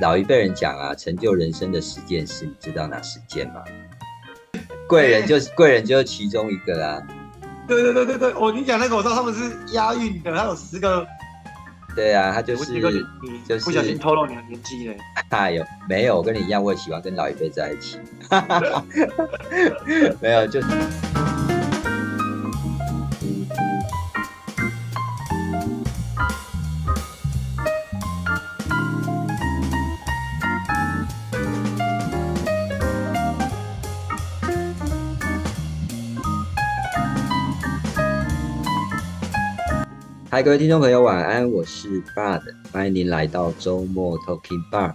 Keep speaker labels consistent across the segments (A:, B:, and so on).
A: 老一辈人讲啊，成就人生的十件事，你知道哪十件吗？贵人就是贵人就是其中一个啦。
B: 对对对对对，我你讲那个我知道他们是押韵的，他有十个，
A: 对啊，他就是
B: 我几个你你
A: 就是
B: 不小心透露你的年纪了。
A: 哎呦，没有，我跟你一样，我也喜欢跟老一辈在一起。 没有，就嗨，各位听众朋友，晚安，我是 Bud，欢迎您来到周末 Talking Bar。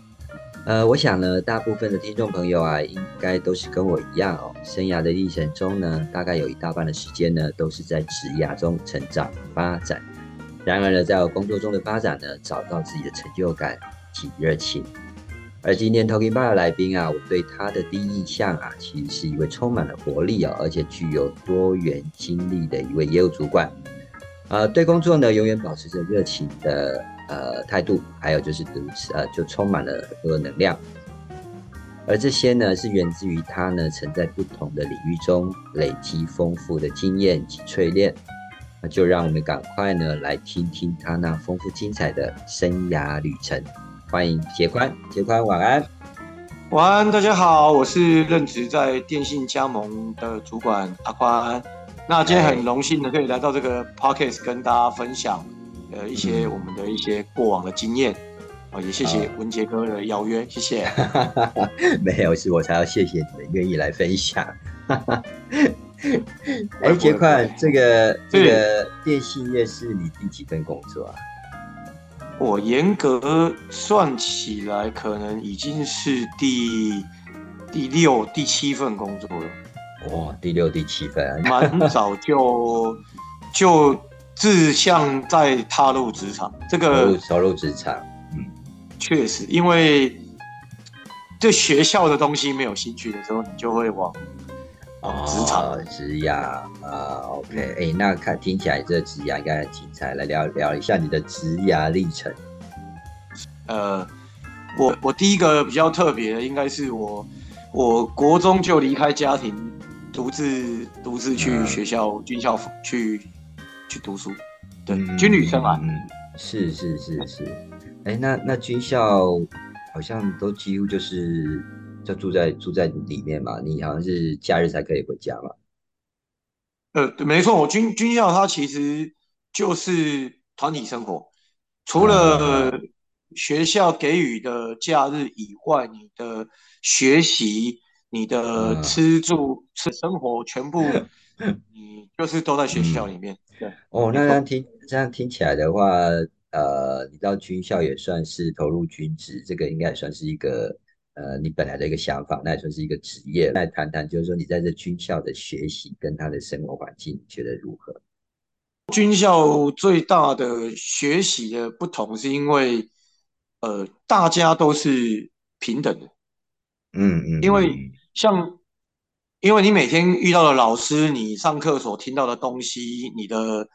A: 呃，我想呢，大部分的听众朋友啊，应该都是跟我一样哦，生涯的历程中呢，大概有一大半的时间呢，都是在职涯中成长发展。然而呢，在我工作中的发展呢，找到自己的成就感及热情。而今天 Talking Bar 的来宾啊，我对他的第一印象啊，其实是一位充满了活力哦，而且具有多元经历的一位业务主管。呃，对工作呢，永远保持着热情的呃态度，还有就是独呃，就充满了很多能量。而这些呢，是源自于他呢曾在不同的领域中累积丰富的经验及淬炼。那就让我们赶快呢来听听他那丰富精彩的生涯旅程。欢迎杰宽，杰宽晚安。
B: 晚安，大家好，我是任职在电信加盟的主管阿宽。那今天很荣幸的可以来到这个 podcast 跟大家分享，呃，一些我们的一些过往的经验。哦，也谢
A: 啊
B: 谢文杰哥的邀约，谢谢。
A: 没有，是我才要谢谢你们愿意来分 享。
B: 不
A: 哎，
B: 会
A: 杰宽，这个
B: 嗯
A: 这个电信业是你第几份工作啊？
B: 我严格算起来，可能已经是第第六、第七份工作了，
A: 哇，哦第六、第七份啊，
B: 蛮早就就志向在踏入职 场。这
A: 投
B: 个
A: 入投入职场，
B: 确实，因为对学校的东西没有兴趣的时候，你就会往往职场。
A: 哦职涯啊，OK，哎，那看听起来这职涯应该很精彩，来聊聊一下你的职涯历程。
B: 呃，我我第一个比较特别的，应该是我我国中就离开家庭，独自独自去
A: 嗯
B: 学校、军校去去读书，对，
A: 嗯
B: 军旅生啊，
A: 嗯，是是是是，哎，那那军校好像都几乎就是就住在住在里面嘛，你好像是假日才可以回家嘛。
B: 呃，对没错，我军军校它其实就是团体生活，除了学校给予的假日以外，你的学习、你的
A: 嗯
B: 吃住、吃生活，全部你就是都在学校里面。对。
A: 哦，那这
B: 没错
A: 样听这样听起来的话，呃，你到军校也算是投入军职，这个应该也算是一个呃你本来的一个想法，那也算是一个职业。来谈谈，就是说你在这军校的学习跟他的生活环境，你觉得如何？
B: 军校最大的学习的不同，是因为呃，大家都是平等的，
A: 嗯嗯，
B: 因为
A: 嗯
B: 像，因为你每天遇到的老师，你上课所听到的东西，你的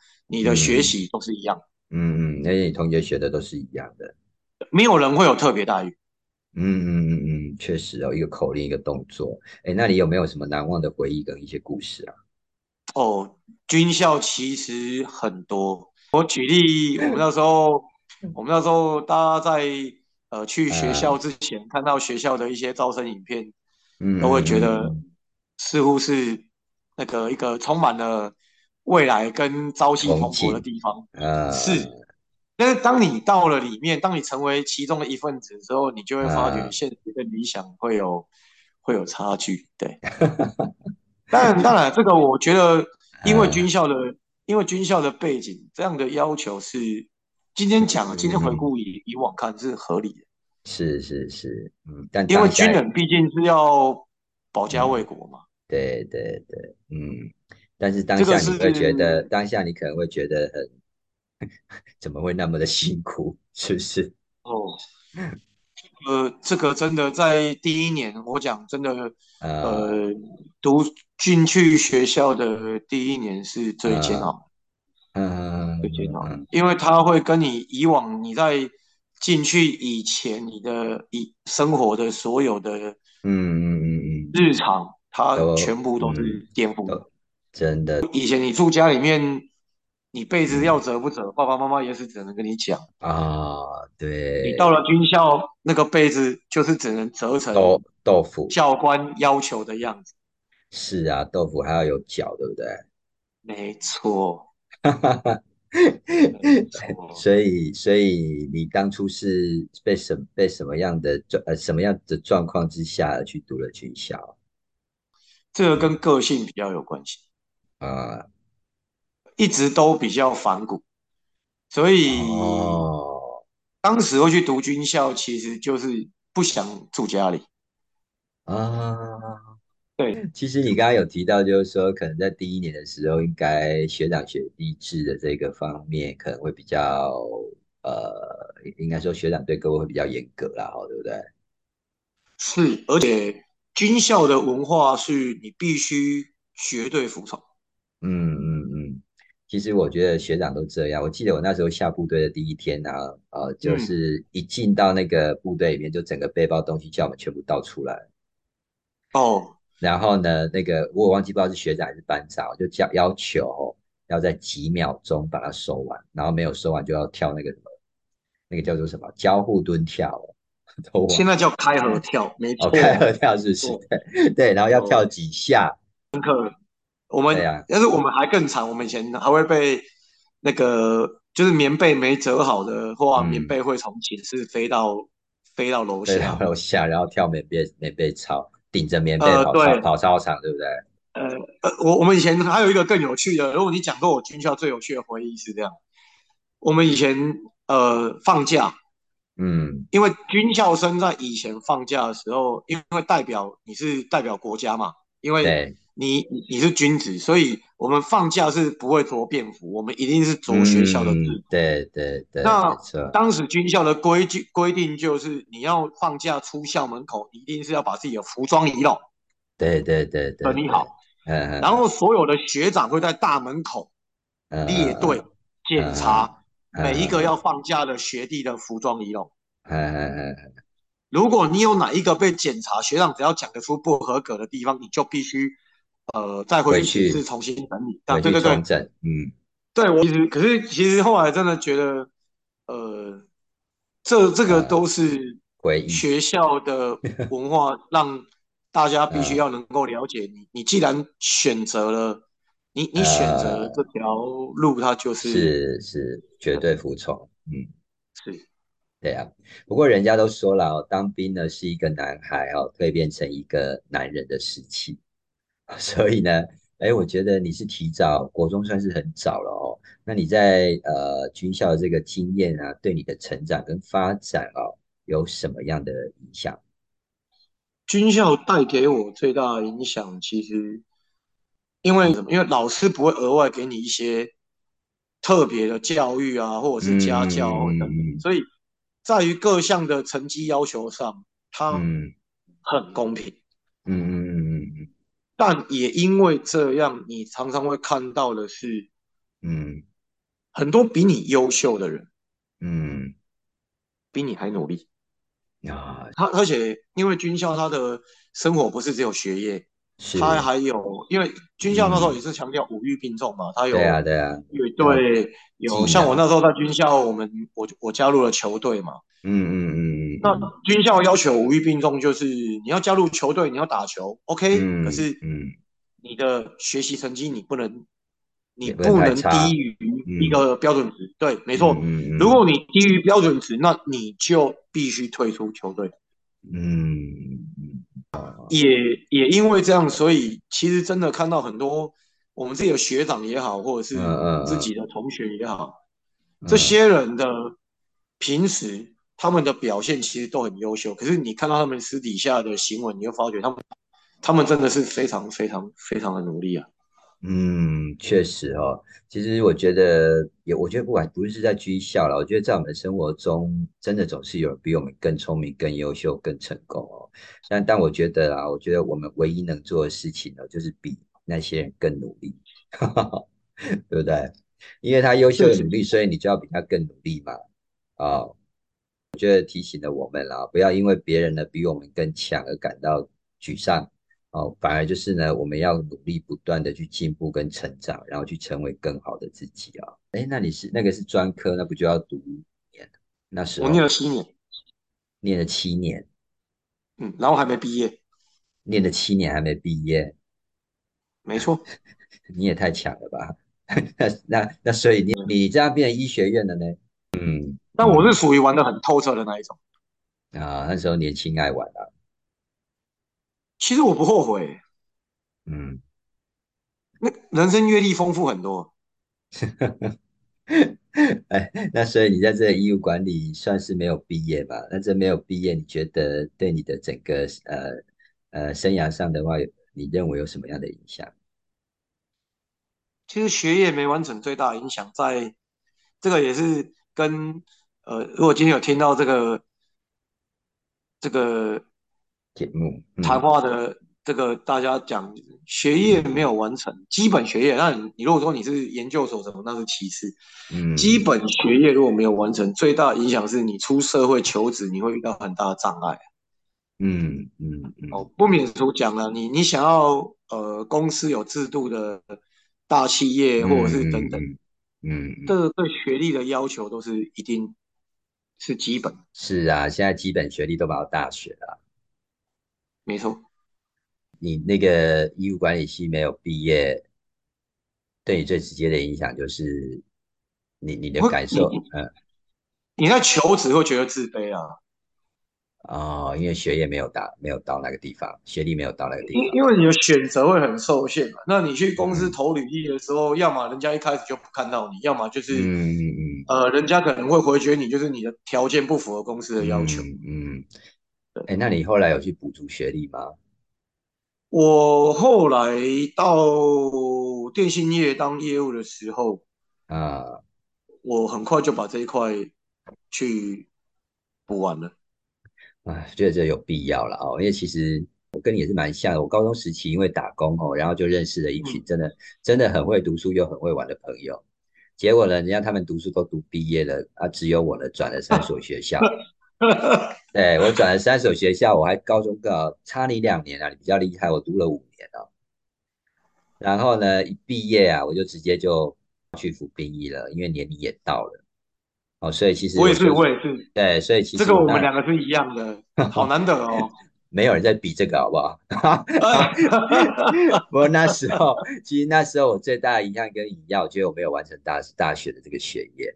A: 嗯
B: 你的学习都是一样，
A: 嗯嗯，而且你同学学的都是一样的。
B: 没有人会有特别待遇。
A: 嗯嗯嗯嗯，确实哦，一个口令，一个动作。哎，那你有没有什么难忘的回忆跟一些故事啊？
B: 哦，军校其实很多。我举例，我们那时候，我们那时候大家在呃去学校之前，看到学校的一些招生影片，
A: 嗯，
B: 都会
A: 嗯
B: 觉得
A: 嗯
B: 似乎是那个一个充满了未来跟朝夕
A: 憧
B: 蓬勃的
A: 憬
B: 地方。
A: 呃，
B: 是，但是当你到了里面，当你成为其中的一份子之后，你就会发觉
A: 啊
B: 现实跟理想会有会有差距。 对，当然当然，这个我觉得，因
A: 呃
B: 为军校的因为军校的背景，这样的要求是今天讲，今天
A: 嗯
B: 回顾以以往看是合理的，
A: 是是是，嗯，但
B: 因为
A: 当下
B: 军人毕竟是要保家卫国嘛。
A: 对对对，嗯，但是当
B: 这个
A: 下你会觉得，
B: 是
A: 当下你可能会觉得很， 怎么会那么的辛苦，是不是？
B: 哦，呃，这个真的在第一年，我讲真的，
A: 呃
B: 呃，读进去学校的第一年是最煎熬，
A: 嗯
B: 最煎
A: 嗯
B: 熬
A: 嗯，
B: 因为他会跟你以往你在进去以前你的以生活的所有的
A: 嗯嗯嗯嗯，
B: 日常，它
A: 都嗯
B: 全部都是颠覆的。
A: 真的
B: 以前你住家里面，你被子要折不折，爸爸妈妈也是只能跟你讲。
A: 啊，对
B: 你，到了军校，那个被子就是只能折成
A: 豆豆腐
B: 教官要求的样子。
A: 是啊，豆腐还要有角，对不对？
B: 没 错，
A: 哈哈哈，
B: 没错。
A: 所以，所以你当初是被什被什么样的状呃什么样的状况之下去读了军校
B: 这个跟个性比较有关系，
A: 啊？
B: 一直都比较反骨，所以
A: 哦
B: 当时会去读军校，其实就是不想住家里。
A: 啊，
B: 对，
A: 其实你刚刚有提到，就是说可能在第一年的时候，应该学长学弟制的这个方面可能会比较呃，应该说学长对各位会比较严格啦，哦，对不对？
B: 是，而且军校的文化是你必须绝对服从。
A: 嗯嗯嗯，其实我觉得学长都这样。我记得我那时候下部队的第一天呢、啊，呃，就
B: 嗯，
A: 是一进到那个部队里面，就整个背包东西叫我们全部倒出来。
B: 哦，
A: 然后呢，那个我忘记不知道是学长还是班长，就叫要求哦要在几秒钟把它收完，然后没有收完就要跳那个什么，那个叫做什么交互蹲跳哦， 都忘
B: 现
A: 了。
B: 在叫开合跳，没
A: 哦，开
B: 错，
A: 合跳是不是？
B: 错，
A: 对对，然后要跳
B: 哦，
A: 几下，
B: 我
A: 对啊
B: 们，
A: 呀、
B: 但是我们还更惨，我们以前还会被那个，就是棉被没折好的话，棉
A: 嗯。
B: 被会从寝室飞到飞到楼
A: 飞到
B: 下。
A: 楼下，然后跳棉被棉被操，顶着棉被
B: 呃，
A: 跑操
B: 对，
A: 跑操场，对不对？
B: 呃，呃，我我们以前还有一个更有趣的，如果你讲说我军校最有趣的回忆是这样，我们以前呃放假，
A: 嗯，
B: 因为军校生在以前放假的时候，因为代表你是代表国家嘛，因为
A: 对，
B: 你你你是军职，所以我们放假是不会着便服，我们一定是着学校的制
A: 嗯，
B: 服。
A: 对对对，没
B: 那
A: 错，
B: 当时军校的规矩规定就是你要放假出校门口，一定是要把自己的服装仪容
A: 对对对对
B: 整理
A: 对，
B: 呃好，
A: 嗯
B: 然
A: 嗯
B: 后所有的学长会在大门口
A: 嗯
B: 列队
A: 嗯
B: 检
A: 嗯
B: 查每一个
A: 嗯
B: 要放假的学弟的服装仪容。
A: 嗯嗯，
B: 如果你有哪一个被检查，学长只要讲得出不合格的地方，你就必须呃再回
A: 回
B: 去寝室
A: 去
B: 重新整理。啊，
A: 回
B: 对
A: 去
B: 对
A: 重
B: 对，
A: 整，嗯
B: 对我其实可是其实后来真的觉得，呃，这这个
A: 呃，
B: 都是
A: 回忆，
B: 学校的文化，让大家必须
A: 嗯
B: 要能够了解你。你既然选择了，你你选择
A: 呃，
B: 这条路，它就是
A: 是是绝对服从，嗯。
B: 是
A: 对啊，不过人家都说了哦，当兵呢是一个男孩哦蜕变成一个男人的时期，所以呢，哎，我觉得你是提早国中算是很早了哦。那你在呃军校的这个经验啊，对你的成长跟发展哦，有什么样的影响？
B: 军校带给我最大的影响，其实。因为什么？因为老师不会额外给你一些特别的教育啊，或者是家
A: 嗯
B: 教等等，
A: 嗯
B: 所以在于各项的成绩要求上，它
A: 嗯
B: 很公平。
A: 嗯嗯嗯
B: 但也因为这样，你常常会看到的是
A: 嗯
B: 很多比你优秀的人，
A: 嗯
B: 比你还努力。
A: 嗯啊，
B: 他而且因为军校，他的生活不是只有学业，他
A: 是，
B: 还有因为军校那时候也
A: 嗯，
B: 是强调五育并重嘛，他
A: 对啊
B: 有
A: 对啊，
B: 乐
A: 要
B: 队，有
A: 技
B: 像我那
A: 能，
B: 时候在军校，我们我我加入了球队嘛，
A: 嗯嗯
B: 那
A: 嗯
B: 军校要求五育并重，就是你要加入球队，你要打球，OK，可
A: 嗯嗯
B: 是
A: 嗯，
B: 你的学习成绩你不能，你
A: 也不能
B: 不
A: 太
B: 能低
A: 差，
B: 于
A: 嗯。
B: 一个标准值。对，没
A: 嗯
B: 错，
A: 嗯
B: 如果你低于标准值，那你就必须退出球队。
A: 嗯嗯
B: 也也因为这样，所以其实真的看到很多我们自己的学长也好，或者
A: 嗯
B: 是自
A: 嗯
B: 己的同学也好，
A: 嗯
B: 这
A: 嗯
B: 些人的平时他们的表现其实都很优秀，可是你看到他们私底下的行为，你会发觉他们他们真的是非常非常非常的努力啊。
A: 嗯，确实哦。其实我觉得也，我觉得不管不是在居校了，我觉得在我们的生活中，真的总是有人比我们更聪明、更优秀、更成功哦。但但我觉得啊，我觉得我们唯一能做的事情呢，就是比那些人更努力， 对不对？因为他优秀
B: 是
A: 又
B: 是
A: 努力，所以你就要比他更努力嘛。哦，觉得提醒了我们啦，不要因为别人呢比我们更强而感到沮丧哦，反而就是呢，我们要努力不断的去进步跟成长，然后去成为更好的自己啊、哦。哎，那你是那个是专科，那不就要读五年？那时候
B: 我念了七年，
A: 念了七年，
B: 嗯，然后还没毕业，
A: 念了七年还没毕业，
B: 没错，
A: 你也太强了吧？ 那那那所以你你这样变成医学院了呢？嗯，
B: 但我是属于玩的很透彻的那一种。
A: 啊，那时候年轻爱玩啊，
B: 其实我不后悔，
A: 嗯，
B: 那人生阅历丰富很多。
A: 哎，那所以你在这个医务管理算是没有毕业吧？那这没有毕业，你觉得对你的整个呃呃生涯上的话，你认为有什么样的影响？
B: 其实学业没完成最大的影响在，这个也是跟呃，如果今天有听到这个这个
A: 节目，
B: 谈
A: 嗯
B: 话的这个大家讲学业没有完成，基本学业，那你你如果说你是研究所什么，那是其次。基
A: 嗯，
B: 本学业如果没有完成，最大的影响是你出社会求职，你会遇到很大的障碍。
A: 嗯嗯嗯
B: 哦，不免俗讲了，你你想要呃公司有制度的大企业或者是等等，
A: 嗯嗯嗯嗯，
B: 这对学历的要求都是一定是基本，
A: 是啊，现在基本学历都跑到大学了，
B: 没错。
A: 你那个医务管理系没有毕业，对你最直接的影响就是你你的
B: 不，
A: 感
B: 你
A: 受，嗯
B: 你在求职会觉得自卑啊，
A: 哦，因为学业没有达没有到那个地方，学历没有到那个地
B: 因
A: 方，
B: 因为你的选择会很受限嘛。那你去公司
A: 嗯
B: 投履历的时候，要么人家一开始就不看到你，要么就是
A: 嗯
B: 呃人家可能会回绝你，就是你的条件不符合公司的要求。
A: 嗯嗯嗯，
B: 对
A: 哎，那你后来有去补足学历吗？
B: 我后来到电信业当业务的时候，
A: 啊，
B: 我很快就把这一块去补完了。
A: 啊，觉得这有必要了哦，因为其实我跟你也是蛮像的。我高中时期因为打工哦，然后就认识了一群
B: 嗯，
A: 真的真的很会读书又很会玩的朋友。结果呢，人家他们读书都读毕业了啊，只有我呢转了三所学 校。对，我转了三所学校，我还高中刚好差你两年啊，你比较厉害，我读了五年哦。然后呢，一毕业啊，我就直接就去服兵役了，因为年龄也到了哦。所以其实
B: 我也
A: 我
B: 是，
A: 就
B: 我也是，
A: 对，所以其
B: 这
A: 实
B: 个
A: 我
B: 我们
A: 那
B: 两个是一样 的，好难得哦。
A: 没有人在比这个好不 好？
B: 哎，
A: 我那时候，其实那时候我最大的遗憾跟遗憾，我觉得我没有完成大大学的这个学业，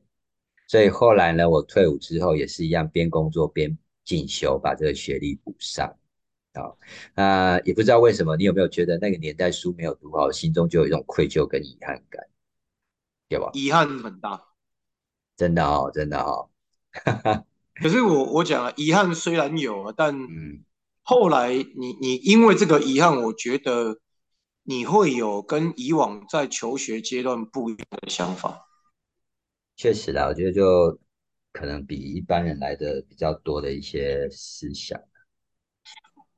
A: 所以后来呢，我退伍之后也是一样，边工作边进修，把这个学历补上。好，那也不知道为什么，你有没有觉得那个年代书没有读好，心中就有一种愧疚跟遗憾感，有吧？
B: 遗憾很大。
A: 真的哦，真的哦，
B: 可是我我讲了，遗憾虽然有啊，但
A: 嗯
B: 后来你你因为这个遗憾，我觉得你会有跟以往在求学阶段不一样的想法。
A: 确实啦，我觉得就可能比一般人来的比较多的一些思想，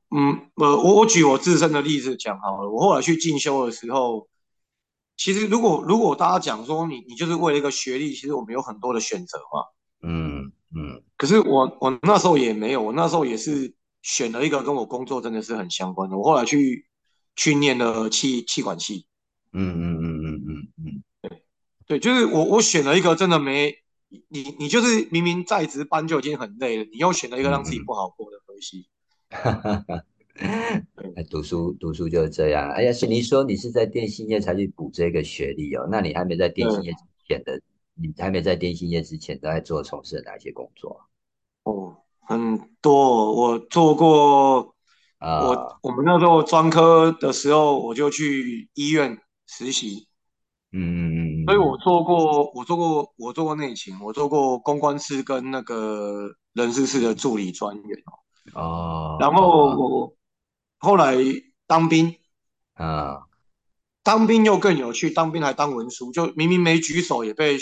B: 嗯，呃，我我举我自身的例子讲好了。我后来去进修的时候，其实如果如果大家讲说你你就是为了一个学历，其实我们有很多的选择嘛。
A: 嗯嗯
B: 可是我我那时候也没有，我那时候也是选了一个跟我工作真的是很相关的。我后来去去念了气气管系，
A: 嗯嗯嗯嗯嗯嗯，
B: 对，就是我我选了一个真的没你你就是明明在职班就已经很累了，你又选了一个
A: 嗯
B: 让自己
A: 嗯。
B: 不好过的东西。
A: 哈哈哈，
B: 对，
A: 哎读书读书就是这样。哎呀，是你说你是在电信业才去补这个学历哦？那你还没在电信
B: 对，
A: 业之前的，你还没在电信业之前都在做从事的哪些工作
B: 哦，很多，我做过。我
A: 啊？
B: 我们那时候专科的时候，我就去医院实习，所以
A: 嗯
B: 我做过，我做过，我做过内勤，我做过公关室跟那个人事室的助理专员哦。
A: 哦
B: 然
A: 哦
B: 后
A: 哦
B: 我后来当兵，
A: 啊
B: 当兵又更有趣，当兵还当文书，就明明没举手也被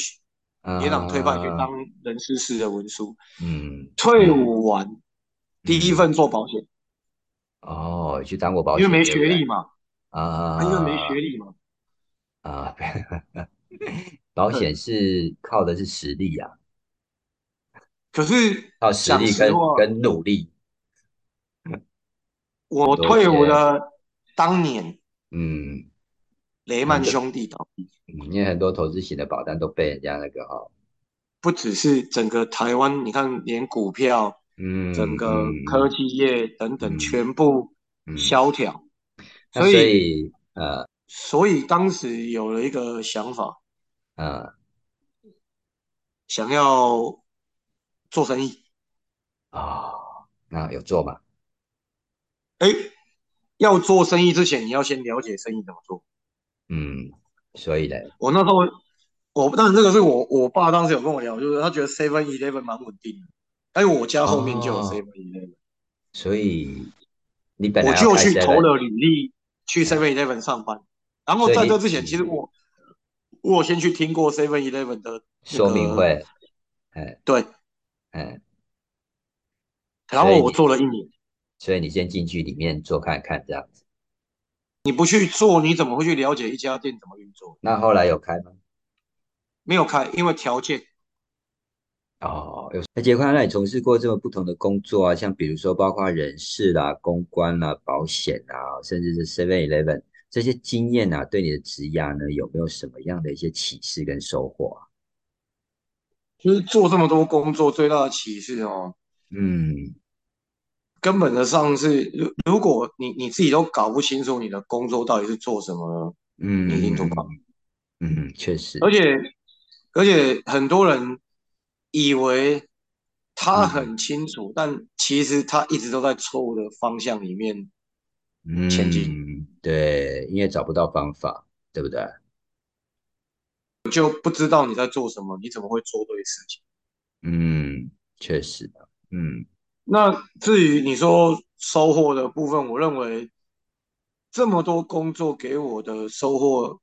B: 连长推派去当
A: 啊
B: 人事室的文书。
A: 嗯
B: 退
A: 嗯
B: 伍完第一
A: 嗯
B: 份做保险，
A: 哦，去当过保
B: 因为
A: 险
B: 没
A: 业务
B: 学
A: 员
B: 历嘛，
A: 啊
B: 啊，因为没
A: 啊
B: 学历嘛，
A: 啊啊！啊 保
B: 对。
A: 险是靠的是实力啊，
B: 可是
A: 靠实
B: 讲
A: 力
B: 实
A: 跟
B: 话
A: 跟努力，
B: 我
A: 有
B: 退伍
A: 些
B: 的当年，
A: 嗯，
B: 雷曼兄弟倒闭，
A: 嗯因为很多投资型的保单都被人家那个哈，
B: 不只是整个台湾，你看连股票、整
A: 嗯
B: 个科
A: 嗯
B: 技业等等
A: 嗯
B: 全部
A: 嗯嗯，
B: 萧条，
A: 那
B: 所
A: 所
B: 以
A: 以呃
B: 所以当时有了一个想法，
A: 呃
B: 想要做生意，
A: 啊，那有做吗？
B: 哎，要做生意之前，你要先了解生意怎么做。
A: 嗯，所以呢，
B: 我那时候，我当然这个是我我爸当时有跟我聊，就是他觉得 Seven Eleven 蛮稳定的，但是我家后面就有 Seven
A: 哦，
B: Eleven，
A: 所以你本
B: 我
A: 来要
B: 就
A: 开
B: 去投
A: seven，嗯
B: 了履历去 Seven Eleven 上班。然后
A: 所以
B: 在这
A: 你
B: 之前，其实
A: 嗯
B: 我我有先去听过 Seven Eleven 的那
A: 说明
B: 个
A: 会，嗯
B: 对，
A: 嗯，所
B: 然后
A: 以
B: 我
A: 你
B: 做了一年。
A: 所以你先进去里面做看看这样子，
B: 你不去做，你怎么会去了解一家店怎么运作？
A: 那后来有开吗？
B: 没有开，因为条件
A: 哦，有。那杰宽，那你从事过这么不同的工作啊，像比如说包括人事啦、公关啦、保险啊，甚至是 Seven Eleven 这些经验啊，对你的职涯呢，有没有什么样的一些启示跟收获啊？
B: 就是做这么多工作最大的启示哦，
A: 嗯
B: 根本的上是，如如果你你自己都搞不清楚你的工作到底是做什么，你一定做不好。
A: 嗯嗯嗯，确
B: 而
A: 实，
B: 且而且很多人以为他
A: 嗯
B: 很清楚，但其实他一直都在错误的方向里面前进，
A: 嗯，对，因为找不到方法，对不对？
B: 就不知道你在做什么，你怎么会做对事情？
A: 嗯，确实的，嗯
B: 那至于你说收获的部分，我认为这么多工作给我的收获，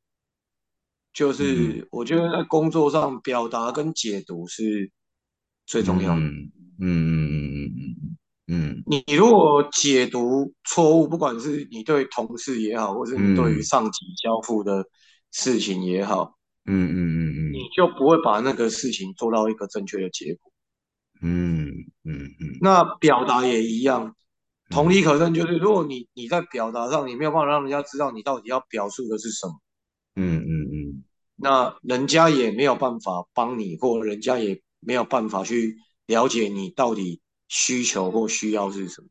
B: 就
A: 嗯
B: 是我觉得在工作上表达跟解读是最重要的。
A: 嗯嗯嗯嗯嗯
B: 你如果解读错误，不管是你对同事也好，或是你对于
A: 嗯
B: 上级交付的事情也好，
A: 嗯嗯
B: 你
A: 嗯
B: 就不会把那个事情做到一个正确的结果。
A: 嗯嗯嗯
B: 那表达也一样，同理
A: 嗯。
B: 可证，就是如果你你在表达上，你没有办法让人家知道你到底要表述的是什么，
A: 嗯嗯
B: 那人家也没有办法帮你，或人家也没有办法去了解你到底需求或需要是什么。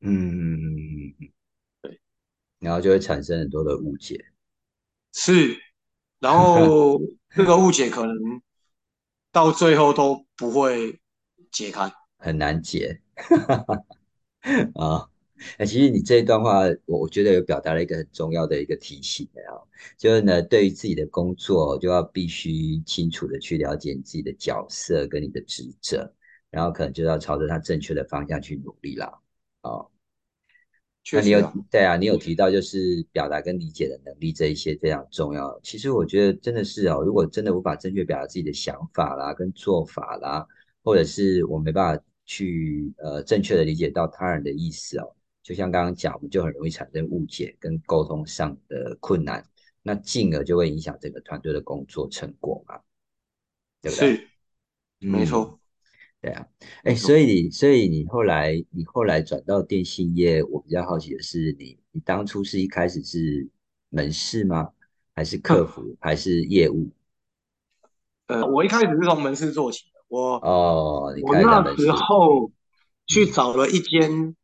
A: 嗯嗯嗯，
B: 对，
A: 然后就会产生很多的误解。
B: 是，然后那个误解可能到最后都不会解开。
A: 很难解 啊。哎，其实你这一段话，我我觉得有表达了一个很重要的一个提醒啊，就是呢，对于自己的工作，就要必须清楚的去了解你自己的角色跟你的职责，然后可能就要朝着它正确的方向去努力啦。哦，那
B: 确
A: 你
B: 实
A: 有，
B: 啊，
A: 对啊，你有提到就是表达跟理解的能力这一些非常重要。其实我觉得真的是哦，如果真的无法正确表达自己的想法啦、跟做法啦，或者是我没办法去呃正确的理解到他人的意思哦，就像刚刚讲，我们就很容易产生误解跟沟通上的困难，那进而就会影响整个团队的工作成果嘛，对不对？
B: 是，没
A: 嗯。
B: 错，
A: 对啊，哎，
B: 没
A: 所
B: 错。
A: 以你，所以你后来，你后来转到电信业，我比较好奇的是你，你当初是一开始是门市吗？还
B: 啊
A: 是客服？还是业务？嗯
B: 呃，我一开始是从门市做起的，我
A: 哦，你
B: 我
A: 开始在
B: 那
A: 门
B: 时
A: 市，
B: 候去
A: 嗯
B: 找了一间，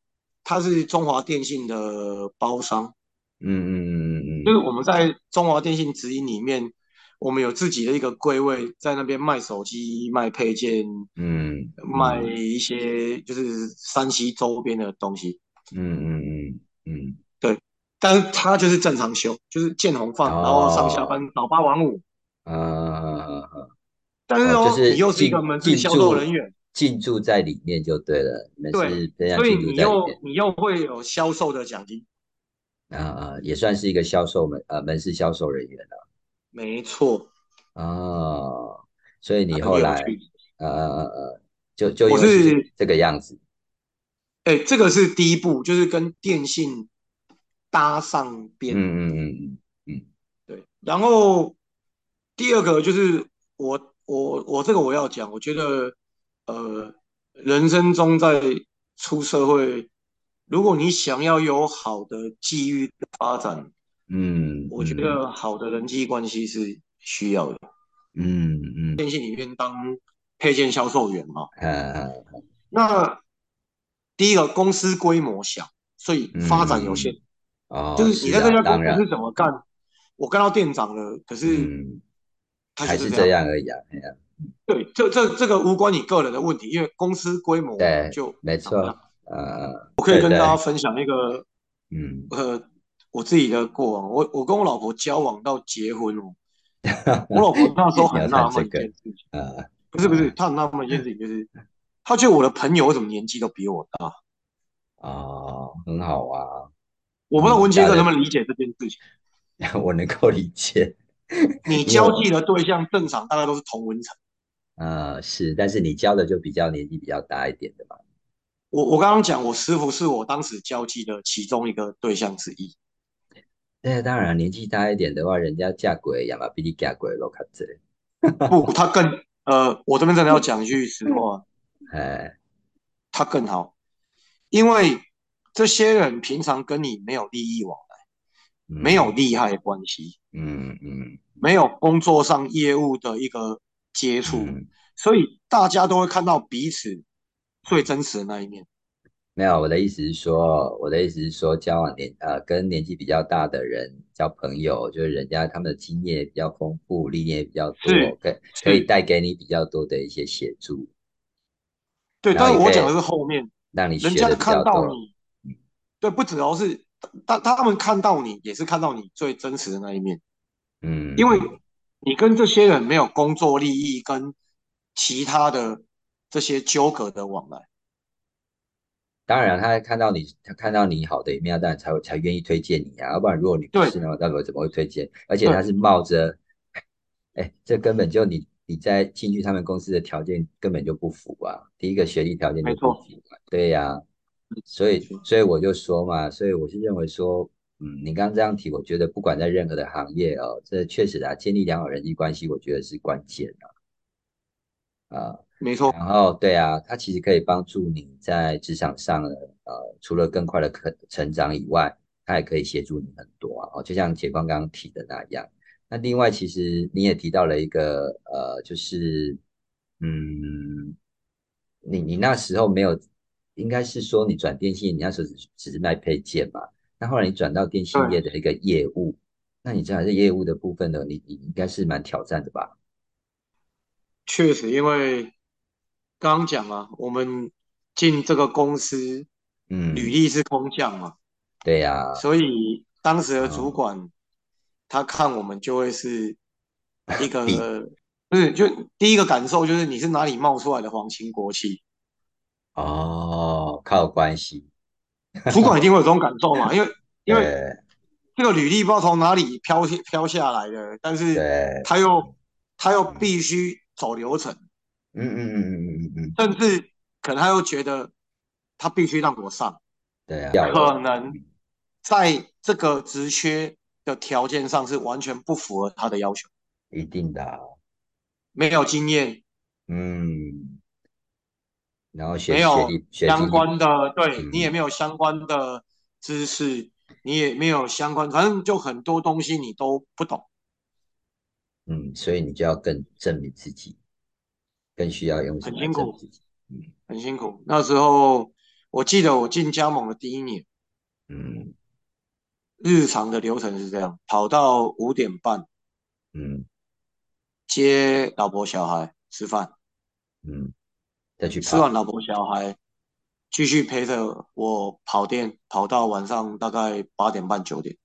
B: 它是中华电信的包商，
A: 嗯嗯
B: 就是我们在中华电信直营里面，我们有自己的一个柜位，在那边卖手机、卖配件、
A: 嗯
B: 卖
A: 嗯
B: 一些就是山西周边的东西。
A: 嗯嗯嗯嗯
B: 对，但是它就是正常休，就是见红
A: 嗯，
B: 放，然后上下
A: 哦，
B: 班早八晚五。
A: 啊，
B: 但是
A: 哦，就
B: 哦，你
A: 是
B: 又是一个
A: 进
B: 门市
A: 进
B: 销售人
A: 驻
B: 员，
A: 进驻在里面就对了，你们
B: 对，
A: 是非常
B: 所以
A: 进驻
B: 你
A: 在里
B: 又
A: 面。
B: 你又会有销售的奖金。
A: 啊啊，也算是一个销售门呃门市销售人员了。
B: 没错，
A: 哦，所以你
B: 很
A: 后
B: 有
A: 来，
B: 趣。
A: 呃呃呃，就就
B: 我
A: 因为是这
B: 是，
A: 这个样子，
B: 哎，这个是第一步，就是跟电信搭上边。
A: 嗯嗯嗯
B: 对，然后第二个就是我我我这个我要讲，我觉得呃人生中在出社会，如果你想要有好的机遇发展，
A: 嗯，
B: 我觉得好的人际关系是需要的。
A: 嗯，嗯嗯，
B: 电信里面当配件销售员嘛，
A: 呃，
B: 那第一个公司规模小，所以发展有限。
A: 哦，
B: 就是你在
A: 啊
B: 这家
A: 当然
B: 公司怎么干，我干到店长了，可是
A: 嗯，
B: 他
A: 还
B: 就是是
A: 这
B: 这样。
A: 样而已啊，哎呀
B: 对，这这这个无关你个人的问题，因为公司规模
A: 对
B: 就
A: 没
B: 长这样
A: 错。呃，
B: 我可以
A: 对
B: 跟
A: 对
B: 大家分享一个
A: 嗯，
B: 呃我自己的过往。我我跟我老婆交往到结 婚哦，我老婆那时候
A: 你要
B: 很纳
A: 谈这
B: 闷一
A: 个
B: 件事情，
A: 啊，
B: 不是不是，她很纳闷一件事情就是，她觉得我的朋友为什么年纪都比我大？
A: 哦，很好啊，
B: 我不知道
A: 嗯
B: 文杰
A: 大
B: 哥
A: 家
B: 能不能理解这件事情。
A: 我能够理解，
B: 你交际的对象正常大概都是同文层。
A: 呃，是，但是你教的就比较年纪比较大一点的嘛，
B: 我我刚刚讲，我师傅是我当时交际的其中一个对象之一。
A: 对，啊当然年纪大一点的话，人家嫁鬼也嘛比你嫁鬼都较济，
B: 不，他更呃，我这边真的要讲一句实话，
A: 哎，
B: 他更好，因为这些人平常跟你没有利益往来，没有利害关系，
A: 嗯，嗯
B: 没有工作上业务的一个接触，
A: 嗯嗯，
B: 所以大家都会看到彼此最真实的那一面。
A: 没有，我的意思是说，我的意思是说，交往年呃跟年纪比较大的人交朋友，就是人家他们的经验也比较丰富，历练也比较多，
B: 是
A: 可可以
B: 是
A: 带给你比较多的一些协助，
B: 对，
A: 然后
B: 但是
A: 也
B: 我
A: 可
B: 讲的
A: 以
B: 是后面，
A: 让你
B: 人
A: 学
B: 家
A: 的比
B: 看
A: 较
B: 到
A: 多。
B: 你，对，不只要是他他们看到你，也是看到你最真实的那一面。
A: 嗯
B: 因为
A: 嗯
B: 你跟这些人没有工作利益跟其他的这些纠葛的往来，
A: 当然，他看到你，他看到你好的一面，当然才会才愿意推荐你啊。要不然，如果你不
B: 对
A: 是那么，那我怎么会推荐？而且他
B: 对
A: 是冒着，哎，这根本就你你在进去他们公司的条件根本就不符啊。第一个学历条件
B: 没
A: 就不
B: 错，嗯
A: 符啊，对呀、所
B: 没
A: 以
B: 错，
A: 所以我就说嘛，所以我是认为说，嗯，你刚刚这样提，我觉得不管在任何的行业哦，这确实啊，建立良好人际关系，我觉得是关键啊。啊
B: 没错，
A: 然后，对啊，它其实可以帮助你在职场上呢，呃，除了更快的可成长以外，它也可以协助你很多啊。哦，就像杰光刚刚提的那样。那另外，其实你也提到了一个，呃，就是，嗯，你你那时候没有，应该是说你转电信，你那时候只只是卖配件嘛。那后来你转到电信业
B: 对，
A: 的一个业务，那你这还是业务的部分呢，你你应该是蛮挑战的吧？
B: 确实，因为刚刚讲啊，我们进这个公司履
A: 嗯，
B: 历是空降嘛，
A: 对啊呀、
B: 所以当时的主
A: 嗯，
B: 管他看我们就会是一
A: 比。
B: 个，不是，就第一个感受就是你是哪里冒出来的皇亲国戚。
A: 哦，靠关系，
B: 主管一定会有这种感受嘛，因为因 为
A: 对
B: 这个履历不知道从哪里飘下飘下来的，但是
A: 对，
B: 他又他又
A: 嗯
B: 必须走流程，
A: 嗯嗯嗯嗯嗯嗯嗯，
B: 甚至可能他又觉得他必须让我上，
A: 对啊，要
B: 可
A: 我，
B: 能
A: 嗯
B: 在这个职缺的条件上是完全不符合他的要求，
A: 一定的啊，
B: 没有经验，
A: 嗯，然后学
B: 没
A: 学
B: 有
A: 历学
B: 相
A: 经历，
B: 关的，对你也
A: 嗯
B: 没有相关的知识，你也没有相关，反正就很多东西你都不懂。
A: 嗯，所以你就要更证明自己，更需要用什
B: 很
A: 么来
B: 辛
A: 证明
B: 苦，
A: 自己？嗯
B: 很辛苦。那时候我记得我进加盟的第一年，
A: 嗯
B: 日常的流程是这样：跑到五点半，
A: 嗯
B: 接老婆小孩吃饭，
A: 嗯，再去
B: 吃完
A: 跑，
B: 老婆小孩，继续陪着我跑店，跑到晚上大概八点半九点。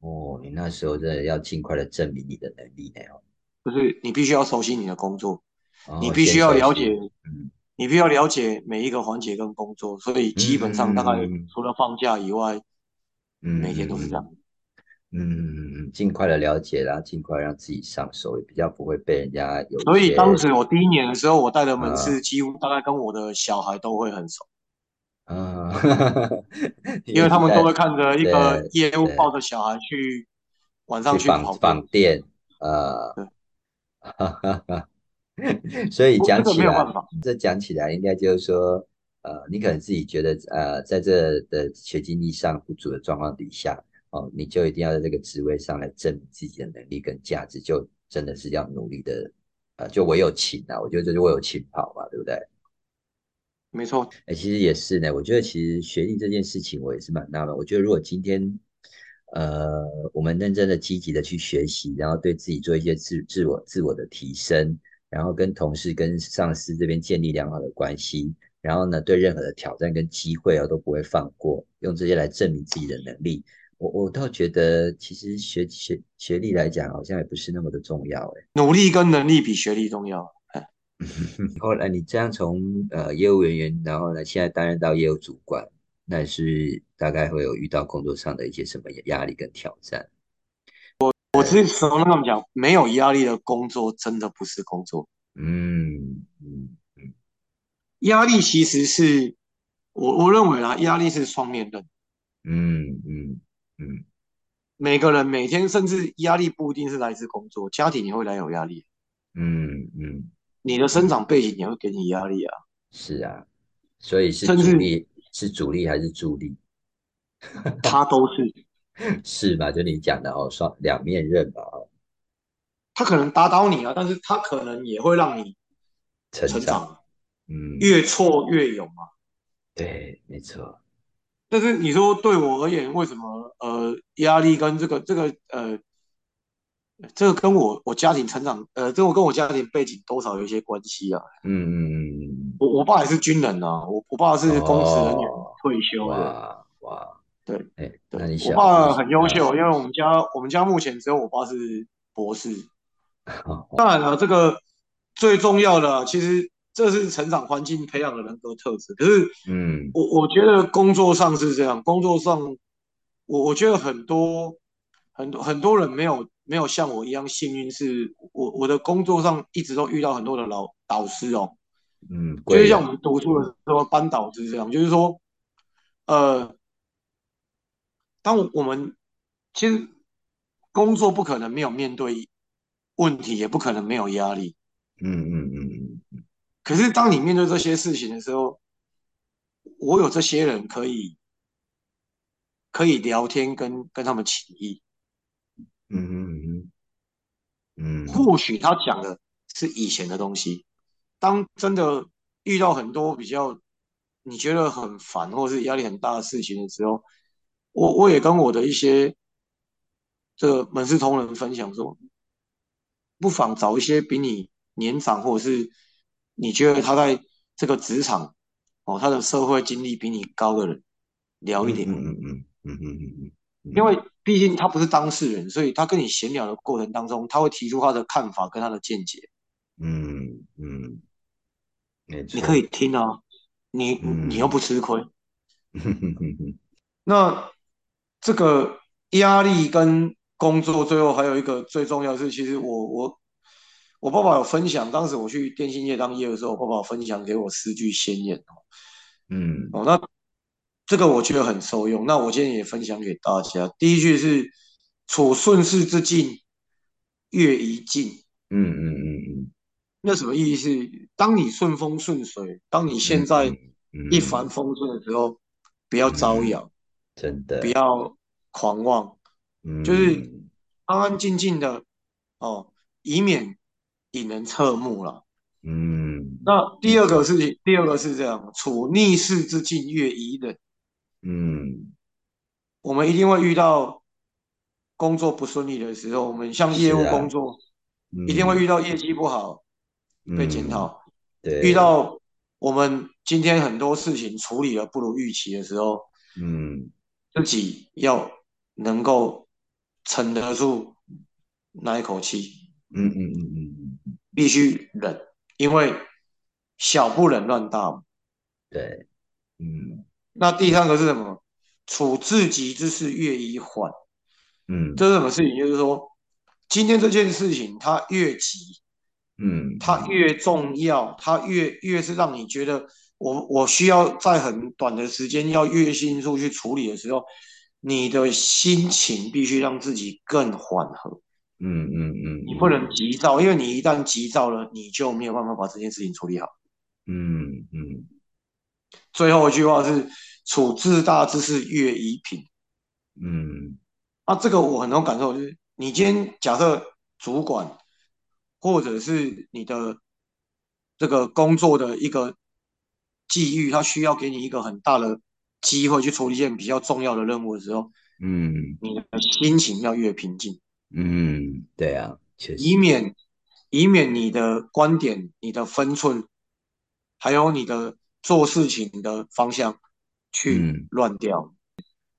A: 哦，你那时候真的要尽快的证明你的能力呢哦，
B: 就是你必须要熟悉你的工作，
A: 然
B: 你
A: 后
B: 必须
A: 哦先熟
B: 要了解，
A: 悉，嗯
B: 你必须要了解每一个环节跟工作。所以基本上大概
A: 嗯嗯
B: 除了放假以外，
A: 嗯
B: 每天都是
A: 嗯嗯。
B: 这样。
A: 嗯，尽快的了解啦，尽快让自己上手，也比较不会被人家有一
B: 所以当
A: 些
B: 时我第一年的时候，我带的门市
A: 呃
B: 几乎大概跟我的小孩都会很熟，
A: 呃，因
B: 因
A: 为
B: 为他
A: 你
B: 们都
A: 带
B: 会看着一个
A: 对
B: 业务抱
A: 对
B: 着小孩去晚上
A: 去
B: 去
A: 访
B: 跑
A: 访
B: 店。
A: 店，呃，
B: 对，
A: 所以讲起
B: 这个没有
A: 来
B: 办法，
A: 这讲起来应该就是说，呃，你可能自己觉得呃，在这的学经历上不足的状况底下，哦，你就一定要在这个职位上来证明自己的能力跟价值，就真的是要努力的，呃，就唯有勤啊，我觉得这就唯有勤跑嘛，对不对？
B: 没错，
A: 哎、其实也是呢。我觉得其实学历这件事情，我也是蛮纳闷。我觉得如果今天，呃，我们认真的、积极的去学习，然后对自己做一些自自我、自我的提升，然后跟同事、跟上司这边建立良好的关系，然后呢，对任何的挑战跟机会啊都不会放过，用这些来证明自己的能力。我我倒觉得，其实学学学历来讲，好像也不是那么的重要。哎，
B: 努力跟能力比学历重要。嗯
A: 后来你这样从呃业务人员，然后呢，现在担任到业务主管，那你是大概会有遇到工作上的一些什么压力跟挑战？
B: 我之前常跟他们讲，没有压力的工作真的不是工作，
A: 嗯嗯
B: 压力其实是我我认为啦，压力是双面刃。
A: 嗯嗯嗯
B: 每个人每天甚至压力不一定是来自工作，家庭也会来有压力，
A: 嗯嗯，
B: 你的生长背景也会给你压力啊。
A: 是啊，所以是
B: 甚
A: 主
B: 至
A: 力，是主力还是助力？
B: 它都是，
A: 是吧？就你讲的哦，双两面刃吧，哦，
B: 它可能打倒你啊，但是它可能也会让你
A: 成
B: 成
A: 长，
B: 长，
A: 嗯，
B: 越挫越勇啊嘛。
A: 对，没错，
B: 但是你说对我而言，为什么呃压力跟这个这个呃这个跟我我家庭成长呃，这个跟我家庭背景多少有一些关系啊。
A: 嗯嗯嗯
B: 我我爸也是军人啊，我我爸
A: 嗯，
B: 是公职人员
A: 哦，
B: 退休的，
A: 哇哇，
B: 对。
A: 哎，
B: 对，
A: 那你
B: 我
A: 想，
B: 爸
A: 你
B: 很优
A: 啊，
B: 秀，因为我们家我们家目前只有我爸是博士。
A: 好
B: 当然了，这个最重要的啊其实这是成长环境培养的人格特质。可是
A: 嗯
B: 我我觉得工作上是这样，工作上我我觉得很多很多很多人没有没有像我一样幸运是，我我的工作上一直都遇到很多的老导师哦，
A: 嗯，
B: 就是
A: 贵
B: 像我
A: 人。
B: 们读书的时候班导师这样，就是说呃。当我们其实工作不可能没有面对问题，也不可能没有压力。
A: 嗯嗯嗯嗯，
B: 可是当你面对这些事情的时候，我有这些人可以可以聊天跟跟他们起意，
A: 嗯嗯嗯
B: 或许他讲的是以前的东西。当真的遇到很多比较你觉得很烦或是压力很大的事情的时候，我我也跟我的一些这个门市同仁分享说，不妨找一些比你年长，或者是你觉得他在这个职场哦，他的社会经历比你高的人聊
A: 嗯
B: 一
A: 嗯
B: 点，
A: 嗯嗯嗯嗯嗯
B: 因
A: 嗯，
B: 为毕竟他不是当事人，所以他跟你闲聊的过程当中，他会提出他的看法跟他的见解，
A: 嗯嗯，没
B: 你可以
A: 错，
B: 听啊，你你又
A: 嗯，
B: 不吃亏。
A: 嗯
B: 那这个压力跟工作，最后还有一个最重要的是，其实我我我爸爸有分享，当时我去电信业当业务的时候，我爸爸有分享给我四句宣言哦。
A: 嗯
B: 哦，那这个我觉得很受用。那我今天也分享给大家。第一句是“处顺势之境，越宜进”。
A: 嗯嗯
B: 那什么意思？当你顺风顺水，当你现
A: 嗯
B: 在
A: 嗯
B: 一帆
A: 嗯
B: 风顺的时候，不要招
A: 嗯，
B: 摇，
A: 真
B: 不
A: 的，
B: 要狂妄，就是
A: 嗯
B: 安安静静的哦，以免引人侧目了。嗯
A: 嗯，
B: 那
A: 没
B: 第二个
A: 错，
B: 是，第二个是这样，处逆势之境越宜人。
A: 嗯，
B: 我们一定会遇到工作不顺利的时候，我们像业
A: 是
B: 务工
A: 啊，
B: 作，一定会
A: 嗯
B: 遇到业绩不好被检
A: 嗯，
B: 讨，遇
A: 对，
B: 到我们今天很多事情处理的不如预期的时候，
A: 嗯
B: 自己要能够撑得住那一口气，
A: 嗯嗯嗯嗯，
B: 必须忍，因为小不忍乱大嘛。
A: 对，嗯
B: 那第三个是什么？处自己之事越宜缓。
A: 嗯
B: 这是什么事情？就是说，今天这件事情它越急，
A: 嗯
B: 它越重要，它越越是让你觉得我我需要在很短的时间要越迅速去处理的时候，你的心情必须让自己更缓和。
A: 嗯嗯嗯，
B: 你不能急躁，因为你一旦急躁了，你就没有办法把这件事情处理好。
A: 嗯嗯，
B: 最后一句话是“处自大之事，越宜平
A: 嗯”。
B: 啊，这个我很有感受，就是你今天假设主管或者是你的这个工作的一个际遇，他需要给你一个很大的机会去处理一件比较重要的任务的时候，
A: 嗯
B: 你的心情要越平静，
A: 嗯，对啊，确实，
B: 以免以免你的观点、你的分寸，还有你的做事情的方向去
A: 嗯，
B: 乱掉。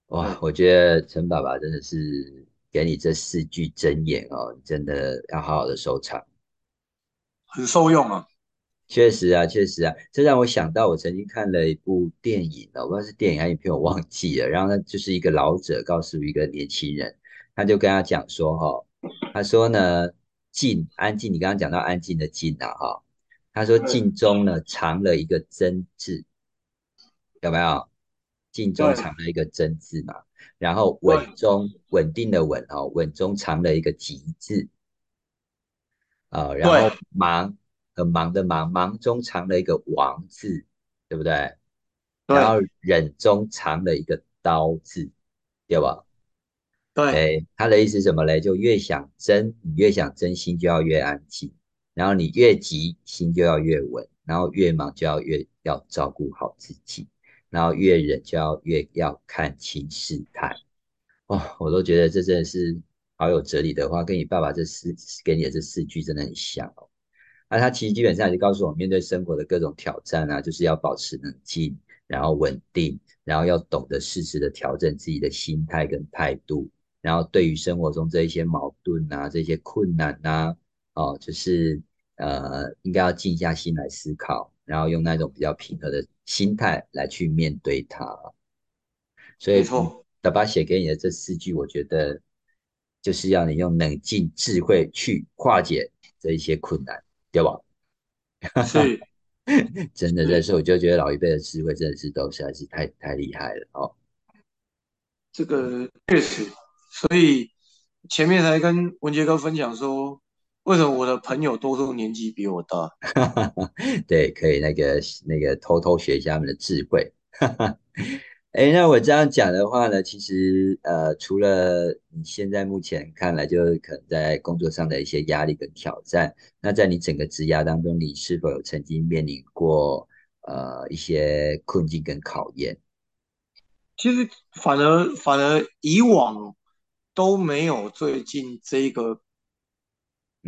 A: 哇
B: 对，
A: 我觉得陈爸爸真的是给你这四句箴言哦，真的要好好的收藏。
B: 很受用啊。
A: 确实啊，确实啊，这让我想到我曾经看了一部电影啊，我不知道是电影还是影片，我忘记了。然后呢，就是一个老者告诉一个年轻人，他就跟他讲说，哈，他说呢，静，安静，你刚刚讲到安静的静啊，哈，他说
B: 对
A: 静中呢藏了一个真字，有没有？静中
B: 对
A: 藏了一个真字嘛，然后稳
B: 对，
A: 中稳定的稳哦，稳中藏了一个吉字。啊、呃然
B: 对，
A: 后忙很忙的忙，忙中藏了一个王字，对不对？然
B: 对，
A: 后忍中藏了一个刀字，对吧？
B: 对，
A: 哎，他的意思是什么嘞？就越想争，你越想争，心就要越安静；然后你越急，心就要越稳；然后越忙就要越要照顾好自己；然后越忍就要越要看清事态。哦，我都觉得这真的是好有哲理的话，跟你爸爸这四给你的这四句真的很像哦。那他其实基本上也就告诉我，面对生活的各种挑战啊，就是要保持冷静，然后稳定，然后要懂得适时的调整自己的心态跟态度，然后对于生活中这一些矛盾啊、这些困难啊，哦，就是呃，应该要静下心来思考，然后用那种比较平和的心态来去面对它。所以
B: 没
A: 你
B: 错，
A: 爸爸写给你的这四句，我觉得就是要你用冷静智慧去化解这一些困难，对吧？
B: 是
A: 真的，这
B: 是，
A: 时候我就觉得老一辈的智慧真的是都实在是太太厉害了哦。
B: 这个确实。所以前面才跟文杰哥分享说，为什么我的朋友多数年纪比我大？
A: 对，可以那个那个偷偷学一下他们的智慧。 哎那我这样讲的话呢，其实呃，除了你现在目前看来，就可能在工作上的一些压力跟挑战，那在你整个职涯当中，你是否有曾经面临过呃一些困境跟考验？
B: 其实反而反而以往都没有最近这个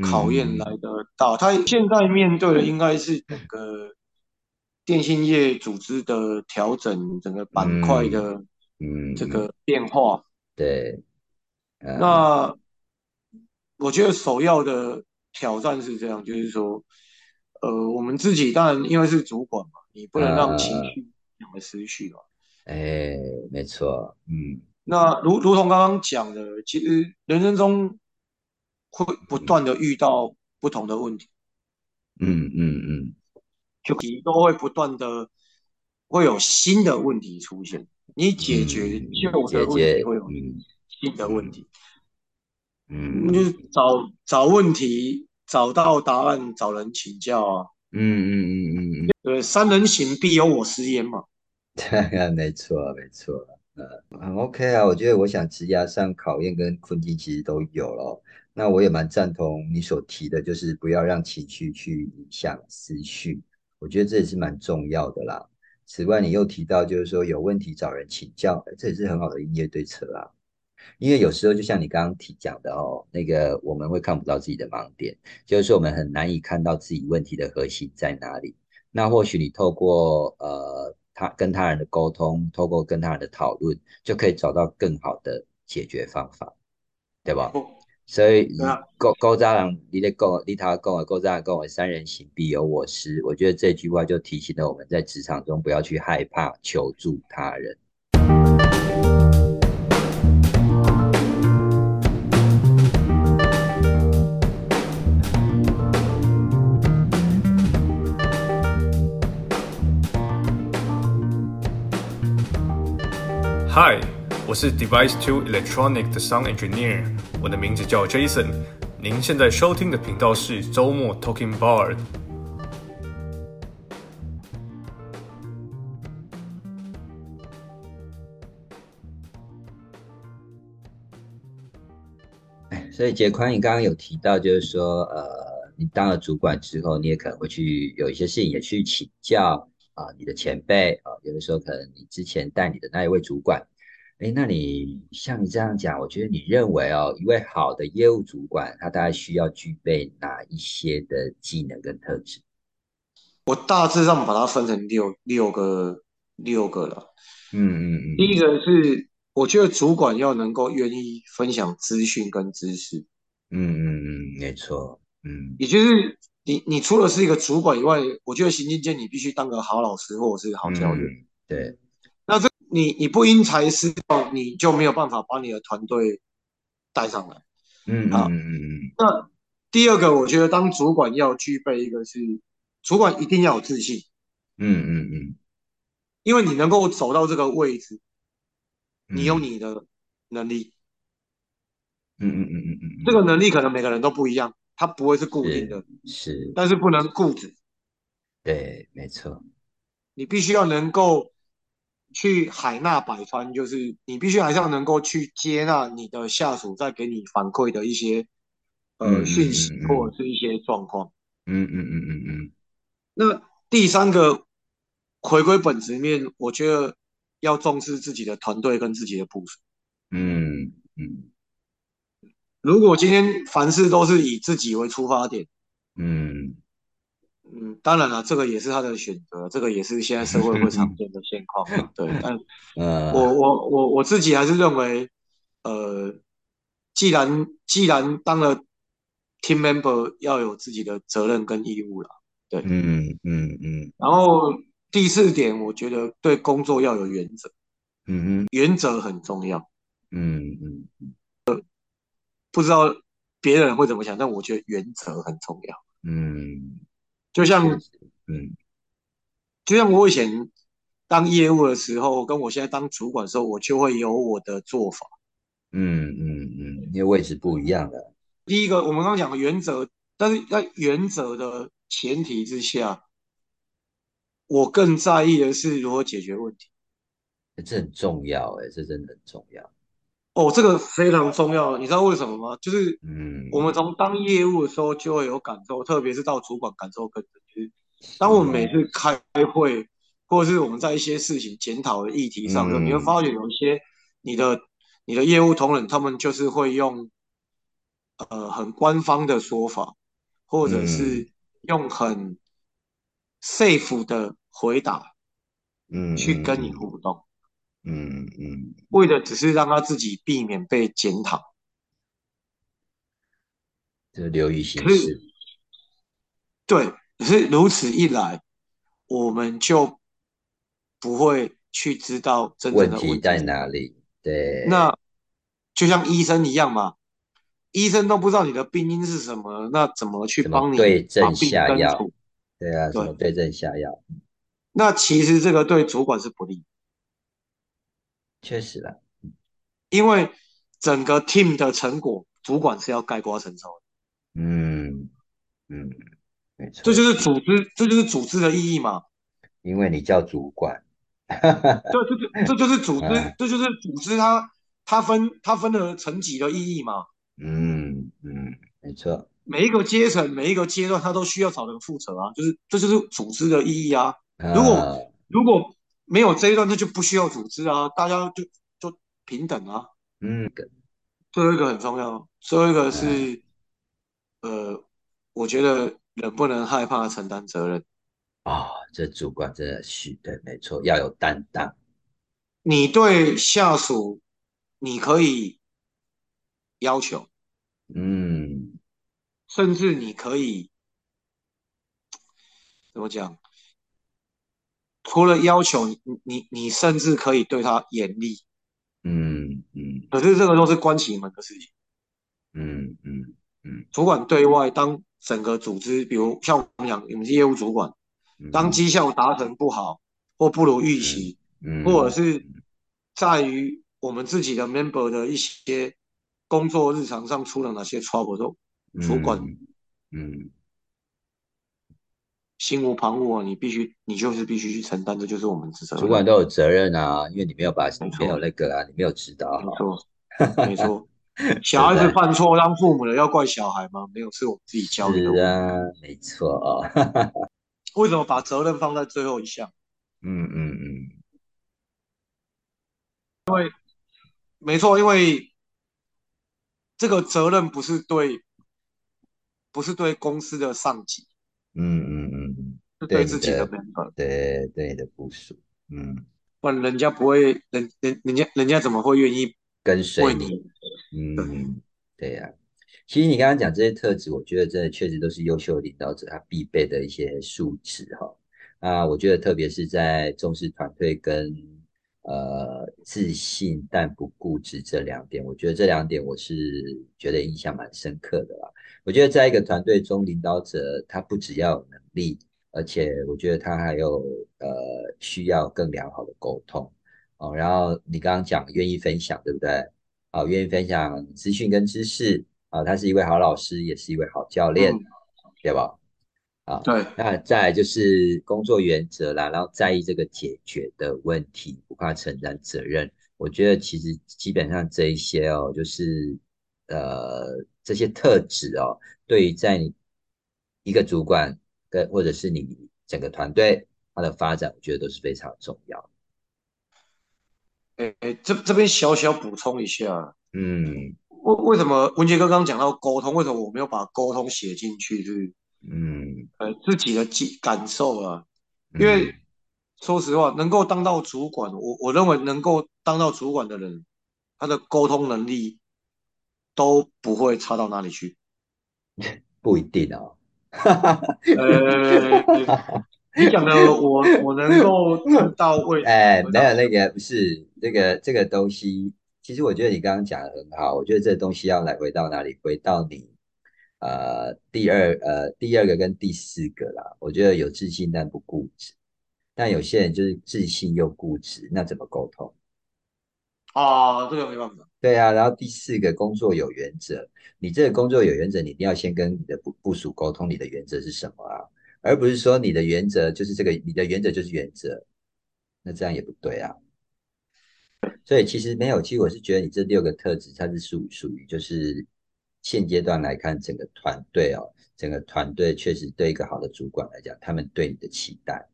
B: 考验来
A: 嗯
B: 的大。他现在面对的应该是整个电信业组织的调整，整个板块
A: 嗯
B: 的
A: 嗯
B: 这
A: 嗯，嗯
B: 个变化。
A: 对，呃，
B: 那我觉得首要的挑战是这样，就是说，呃，我们自己当然因为是主管嘛，你不能让情
A: 呃，
B: 绪影响了思绪嘛。
A: 哎，没错，嗯
B: 那如如同刚刚讲的，其实人生中会不
A: 嗯
B: 断的遇到不同的问题，
A: 嗯嗯
B: 就你都会不断的会有新的问题出现。你解决
A: 嗯，
B: 旧
A: 解
B: 的问题，
A: 决，
B: 会有
A: 嗯
B: 新的问
A: 嗯
B: 题。你就
A: 嗯
B: 是找找问题，找到答案，找人请教啊。
A: 嗯嗯嗯嗯
B: 对，三人行必有我师焉嘛。
A: 嗯，没错没错，呃，很 OK 啊，我觉得我想职涯上考验跟困境其实都有咯。那我也蛮赞同你所提的，就是不要让情绪去影响思绪，我觉得这也是蛮重要的啦。此外，你又提到就是说有问题找人请教，哎这也是很好的应对对策啊。因为有时候就像你刚刚提讲的哦，那个我们会看不到自己的盲点，就是说我们很难以看到自己问题的核心在哪里。那或许你透过呃他跟他人的沟通，透过跟他人的讨论，就可以找到更好的解决方法，对吧？
B: 哦，
A: 所以
B: 对
A: 以
B: 啊，
A: 高高渣郎，你的共你他共我高渣郎共我三人行必有我师。我觉得这句话就提醒了我们在职场中不要去害怕求助他人。
C: 嗨，我是 Device Two Electronic 的 Sound Engineer，我的名字叫 Jason。您现在收听的频道是周末 Talking Bar。
A: 哎，所以杰宽，你刚刚有提到，就是说，呃，你当了主管之后，你也可能会去有一些事情也去请教啊、你的前辈啊、有的时候可能你之前带你的那一位主管，哎，那你像你这样讲，我觉得你认为哦，一位好的业务主管，他大概需要具备哪一些的技能跟特质？
B: 我大致上把它分成六六个六个了。
A: 嗯嗯
B: 第
A: 嗯，
B: 一个是，我觉得主管要能够愿意分享资讯跟知识，
A: 嗯嗯嗯，没错，嗯
B: 也就是你你除了是一个主管以外，我觉得行政界你必须当个好老师或者是好教员。
A: 嗯，对，
B: 那这你你不因材施教，你就没有办法把你的团队带上来。
A: 嗯嗯
B: 好
A: 嗯嗯
B: 那第二个，我觉得当主管要具备一个是，主管一定要有自信，
A: 嗯嗯嗯，
B: 因为你能够走到这个位置，
A: 嗯
B: 你有你的能力，
A: 嗯嗯嗯嗯嗯，
B: 这个能力可能每个人都不一样，它不会是固定的，
A: 是是，
B: 但是不能固执，
A: 对，没错，
B: 你必须要能够去海纳百川，就是你必须还是要能够去接纳你的下属在给你反馈的一些
A: 嗯
B: 呃
A: 嗯
B: 讯息
A: 嗯嗯
B: 或者是一些状况。
A: 嗯嗯嗯嗯嗯，
B: 那第三个回归本职面，我觉得要重视自己的团队跟自己的部署。
A: 嗯嗯
B: 如果今天凡事都是以自己为出发点，
A: 嗯
B: 嗯，当然了，这个也是他的选择，这个也是现在社会会常见的现况嘛。对，但我
A: 呃，
B: 我我我自己还是认为，呃，既然既然当了 team member，要有自己的责任跟义务了。
A: 嗯嗯嗯
B: 然后第四点，我觉得对工作要有原则，
A: 嗯
B: 原则很重要。
A: 嗯嗯，
B: 不知道别人会怎么想，但我觉得原则很重要。
A: 嗯，
B: 就像
A: 嗯
B: 就像我以前当业务的时候，跟我现在当主管的时候，我就会有我的做法。
A: 嗯嗯嗯，因为位置不一样了，
B: 第一个，我们刚刚讲的原则，但是在原则的前提之下，我更在意的是如何解决问题。
A: 这很重要哎，这真的很重要，
B: 哦，这个非常重要，你知道为什么吗？就是
A: 嗯，
B: 我们从当业务的时候就会有感受，特别是到主管感受更深。就是当我们每次开会，或者是我们在一些事情检讨的议题上的时候，
A: 嗯
B: 你会发觉有一些你的你的业务同仁，他们就是会用呃很官方的说法，或者
A: 嗯
B: 是用很 safe 的回答
A: 嗯
B: 去跟你互动，
A: 嗯嗯
B: 为的只是让他自己避免被检讨。
A: 就流于形式，
B: 对，可是如此一来，我们就不会去知道真正
A: 问
B: 的
A: 题
B: 问
A: 在
B: 题。
A: 哪里？对，
B: 那就像医生一样嘛，医生都不知道你的病因是什么，那怎么去
A: 怎么
B: 帮你
A: 对
B: 把
A: 症
B: 病
A: 下
B: 根
A: 药？
B: 除？
A: 对啊，什么对症下药？
B: 那其实这个对主管是不利，
A: 确实啦，
B: 因为整个 team 的成果，主管是要盖瓜承受的。
A: 嗯嗯，没错，
B: 这就是组织，这就是组织的意 义嘛。
A: 因为你叫主管，
B: 对，这就这就是组织
A: 哎，
B: 这就是组织它它分它分了层级的意义嘛。
A: 嗯嗯，没错，
B: 每一个阶层、每一个阶段，他都需要找人负责啊，就是这就是组织的意义啊。
A: 啊，
B: 如果如果没有这一段，那就不需要组织啊，大家就就平等啊。
A: 嗯
B: 最后一个很重要，最后一个
A: 嗯
B: 是，呃，我觉得人不能害怕承担责任。
A: 啊，这主管真的是对，没错，要有担当，
B: 你对下属，你可以要求，
A: 嗯
B: 甚至你可以怎么讲？除了要求，你你你甚至可以对他严厉。
A: 嗯嗯
B: 可是这个都是关起门的事情。
A: 嗯嗯嗯
B: 主管对外，当整个组织，比如像我们讲，我们是业务主管，
A: 嗯
B: 当绩效达成不好或不如预期，或者
A: 嗯
B: 是在于我们自己的 member 的一些工作日常上出了哪些 trouble，都主管
A: 嗯，
B: 心无旁骛，啊你必须，你就是必须去承担，这就是我们职责。
A: 主管都有责任啊，因为你没有把
B: 没错
A: 没有那个啊，你没有指导
B: 没
A: 好，
B: 错，哦没错。小孩子犯错，当父母的要怪小孩吗？没有，是我们自己教育的
A: 是
B: 问题。
A: 啊，没错啊、
B: 为什么把责任放在最后一项？
A: 嗯嗯嗯，
B: 没错，因为这个责任不是对，不是对公司的上级，
A: 嗯嗯嗯嗯，
B: 是
A: 对
B: 对
A: 你
B: 自己
A: 的
B: 的 member。
A: 对对你的部署，嗯，
B: 不然人家不会，人人人家人家怎么会愿意
A: 跟随
B: 为
A: 你，
B: 你？
A: 嗯，对呀、其实你刚刚讲这些特质，我觉得真的确实都是优秀的领导者他必备的一些素质哈。啊，我觉得特别是在重视团队跟呃自信但不固执这两点，我觉得这两点我是觉得印象蛮深刻的啦。我觉得在一个团队中，领导者他不只要有能力，而且我觉得他还有呃需要更良好的沟通哦。然后你刚刚讲愿意分享，对不对？啊，愿意分享资讯跟知识啊，他是一位好老师，也是一位好教练，
B: 嗯
A: 对吧？啊，
B: 对，
A: 那再来就是工作原则啦，然后在意这个解决的问题，不怕承担责任。我觉得其实基本上这一些哦，就是呃这些特质哦，对于在你一个主管跟或者是你整个团队它的发展，我觉得都是非常重要的。
B: 诶、诶，这这边小小补充一下，
A: 嗯
B: 为为什么文杰哥刚刚讲到沟通，为什么我没有把沟通写进去是？
A: 嗯
B: 呃，自己的记感受啊，因为
A: 嗯
B: 说实话，能够当到主管，我我认为能够当到主管的人，他的沟通能力都不会差到哪里去。
A: 不一定哦。
B: 呃，你讲的我我能 够知道为什
A: 哎，
B: 么
A: 没有那个不是这个这个东西，其实我觉得你刚刚讲的很好，我觉得这东西要来回到哪里？回到你呃第二呃第二个跟第四个啦，我觉得有自信但不固执，但有些人就是自信又固执，那怎么沟通？
B: 啊，这个没办法。
A: 对啊，然后第四个工作有原则，你这个工作有原则，你一定要先跟你的部部署沟通，你的原则是什么啊？而不是说你的原则就是这个，你的原则就是原则，那这样也不对啊。所以其实没有，其实我是觉得你这六个特质，它是属属于就是现阶段来看整个团队哦，整个团队确实对一个好的主管来讲，他们对你的期待，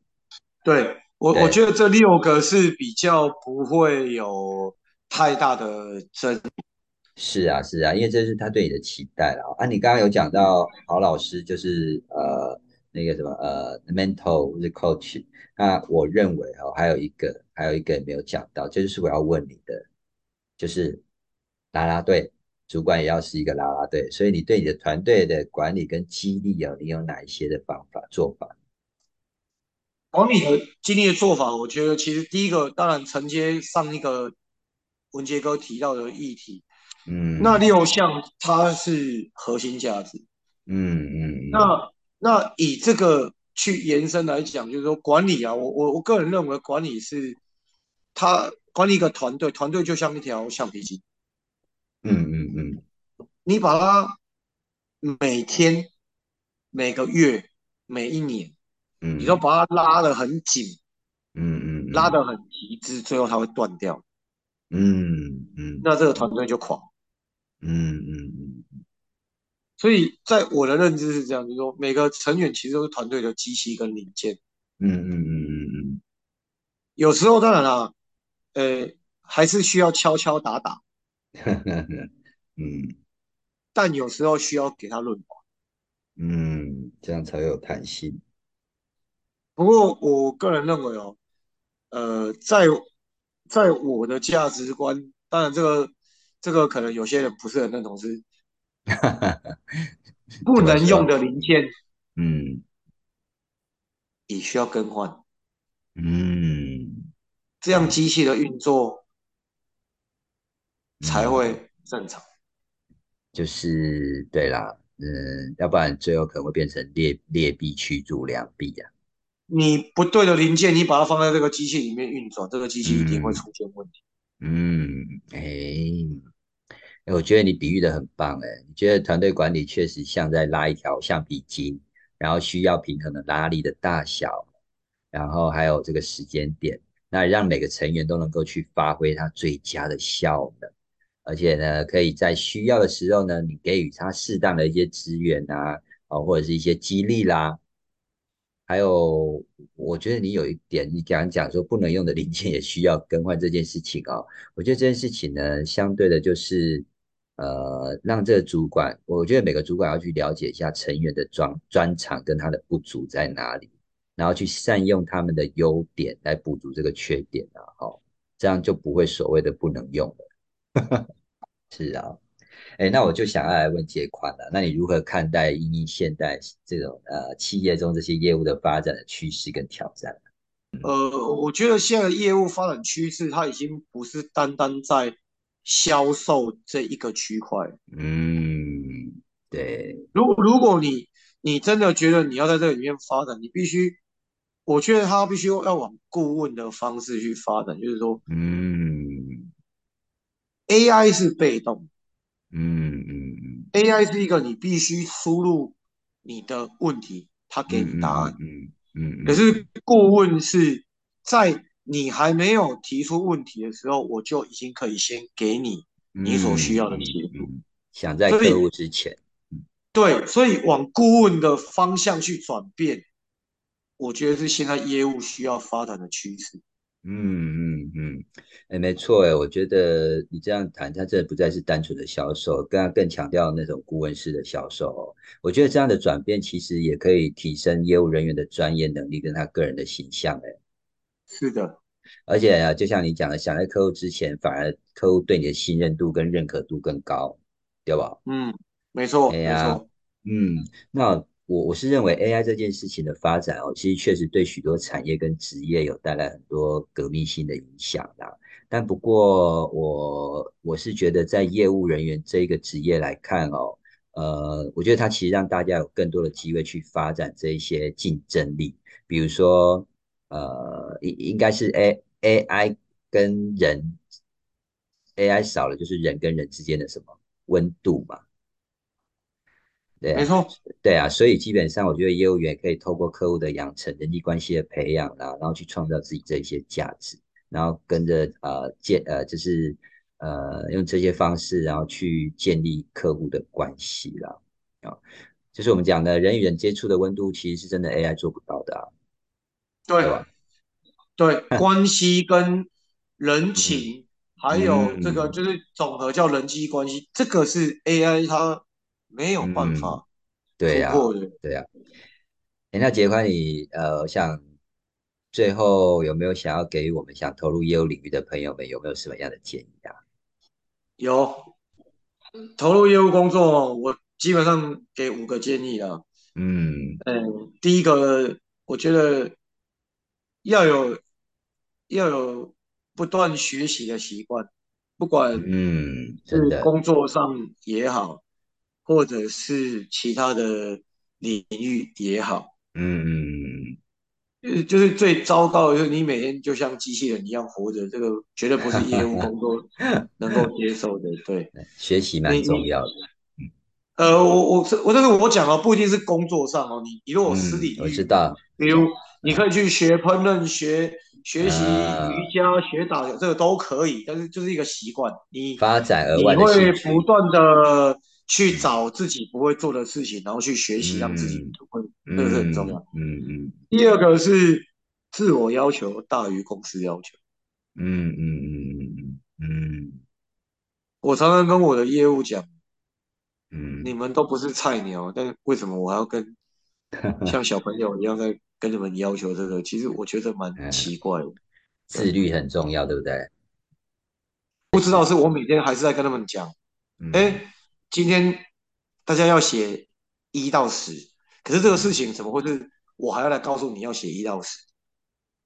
B: 对，我，
A: 对
B: 我觉得这六个是比较不会有太大的争
A: 是啊是啊，因为这是他对你的期待了啊。你刚刚有讲到好老师就是呃那个什么呃 mentor 或是 coach，那我认为哦还有一个还有一个也没有讲到，这就是我要问你的，就是啦啦队，主管也要是一个啦啦队，所以你对你的团队的管理跟激励哦，你有哪一些的方法做法？
B: 管理的经历的做法，我觉得其实第一个当然承接上一个文杰哥提到的议题，那
A: 嗯
B: 六项它是核心价值。
A: 嗯嗯嗯
B: 那那以这个去延伸来讲，就是说管理啊，我我我个人认为管理是它管理一个团队，团队就像一条橡皮筋，
A: 嗯嗯
B: 你把它每天、每个月、每一年，你都
A: 嗯
B: 把它拉得很紧，
A: 嗯嗯
B: 拉得很极致，最后它会断掉。
A: 嗯嗯
B: 那这个团队就垮。
A: 嗯嗯
B: 所以在我的认知是这样，就是说每个成员其实都是团队的机器跟零件。
A: 嗯嗯嗯嗯
B: 有时候当然啦，呃，还是需要敲敲打打，
A: 嗯 嗯。
B: 但有时候需要给他润滑。
A: 嗯，这样才会有弹性。
B: 不过我个人认为哦，呃，在在我的价值观，当然这个这个可能有些人不是很认同， 是不
A: 怎么
B: 能
A: 说？
B: 用的零件
A: 嗯
B: 也啊需要更换，
A: 嗯
B: 这样机器的运作才
A: 嗯，
B: 会正常。
A: 就是对啦，嗯，要不然最后可能会变成劣劣币驱逐良币啊呀、
B: 你不对的零件，你把它放在这个机器嗯里面运转，这个机器一定会
A: 嗯
B: 出现问题。
A: 嗯，哎，哎，我觉得你比喻的很棒，哎，你觉得团队管理确实像在拉一条橡皮筋，然后需要平衡的拉力的大小，然后还有这个时间点，那让每个成员都能够去发挥他最佳的效能，而且呢，可以在需要的时候呢，你给予他适当的一些资源啊，啊，或者是一些激励啦。还有，我觉得你有一点，你刚刚讲说不能用的零件也需要更换这件事情哦。我觉得这件事情呢，相对的就是，呃，让这个主管，我觉得每个主管要去了解一下成员的专专长跟他的不足在哪里，然后去善用他们的优点来补足这个缺点啊，哦，这样就不会所谓的不能用了。 是啊，哎，那我就想要来问杰宽了，那你如何看待因应现代这种呃企业中这些业务的发展的趋势跟挑战？
B: 呃，我觉得现在业务发展趋势，它已经不是单单在销售这一个区块。
A: 嗯，对，
B: 如果如果你你真的觉得你要在这个里面发展，你必须，我觉得它必须要往顾问的方式去发展，就是说
A: 嗯
B: AI 是被动
A: 嗯嗯嗯，
B: ，AI 是一个你必须输入你的问题，它给你答案。
A: 嗯嗯嗯，
B: 可是顾问是在你还没有提出问题的时候，我就已经可以先给你你所需要的协助。
A: 想在
B: 所以
A: 客户之前，
B: 对，所以往顾问的方向去转变，我觉得是现在业务需要发展的趋势。
A: 嗯嗯嗯，哎，没错哎，我觉得你这样谈，它真的不再是单纯的销售，更要更强调那种顾问式的销售哦。我觉得这样的转变其实也可以提升业务人员的专业能力跟他个人的形象哎。
B: 是的，
A: 而且啊，就像你讲的，想在客户之前，反而客户对你的信任度跟认可度更高，对吧？
B: 嗯，没错，
A: 哎
B: 没
A: 呀，
B: 错，
A: 嗯，那我我是认为 AI 这件事情的发展哦，其实确实对许多产业跟职业有带来很多革命性的影响啦。但不过我我是觉得，在业务人员这一个职业来看哦，呃，我觉得它其实让大家有更多的机会去发展这一些竞争力，比如说，呃，应应该是 A AI 跟人 AI 少了，就是人跟人之间的什么温度嘛。对
B: 没
A: 啊，
B: 错，
A: 对啊，所以基本上我觉得业务员可以透过客户的养成、人际关系的培养啦、然后去创造自己这一些价值，然后跟着呃建呃就是呃用这些方式，然后去建立客户的关系啦。啊，就是我们讲的人与人接触的温度，其实是真的 AI 做不到的啊，对
B: 对
A: 吧？
B: 对， 关系跟人
A: 嗯
B: 情，还有这个
A: 嗯
B: 就是总和叫人际关系，这个是 AI 它没有办
A: 嗯，
B: 法
A: 对
B: 突
A: 呀、
B: 破的。
A: 对呀、哎，那杰宽你，呃，我想最后有没有想要给予我们想投入业务领域的朋友们，有没有什么样的建议啊？
B: 有投入业务工作哦，我基本上给五个建议啊。
A: 嗯
B: 嗯，第一个，我觉得要有要有不断学习的习惯，不管
A: 嗯，真
B: 是
A: 的，
B: 工作上也好，或者是其他的领域也好，
A: 嗯
B: 呃，就是最糟糕的就是你每天就像机器人一样活着，这个绝对不是业务 工作
A: 嗯，
B: 能够接受的。对
A: 学习蛮
B: 你，
A: 重
B: 你
A: 要的。嗯
B: 呃，我我这我但是我讲的哦不一定是工作上哦，你你如果私
A: 嗯，
B: 领
A: 我知
B: 域，
A: 道，
B: 比如你可以去学烹饪、学学习
A: 啊，
B: 瑜伽、学打球，这个都可以，但是就是一个习惯，你
A: 发展额外
B: 你
A: 的兴
B: 会不
A: 趣。
B: 断的去
A: 嗯
B: 找自己不会做的事情，然后去学习，让自己
A: 嗯
B: 会，这个是很重
A: 嗯
B: 要。
A: 嗯嗯
B: 第二个是自我要求大于公司要求。
A: 嗯嗯嗯嗯
B: 我常常跟我的业务讲，你
A: 嗯
B: 们都不是菜鸟，但为什么我还 要跟像小朋友一样在跟你们要求这个？其实我觉得蛮
A: 嗯，
B: 奇怪的，对，
A: 自律很重要，对不对？
B: 不
A: 这
B: 知道
A: 是，
B: 是我每天还是在跟他们讲，
A: 嗯
B: 哎，今天大家要写一到十，可是这个事
A: 嗯
B: 情怎么会是我还要来告诉你要写一到十？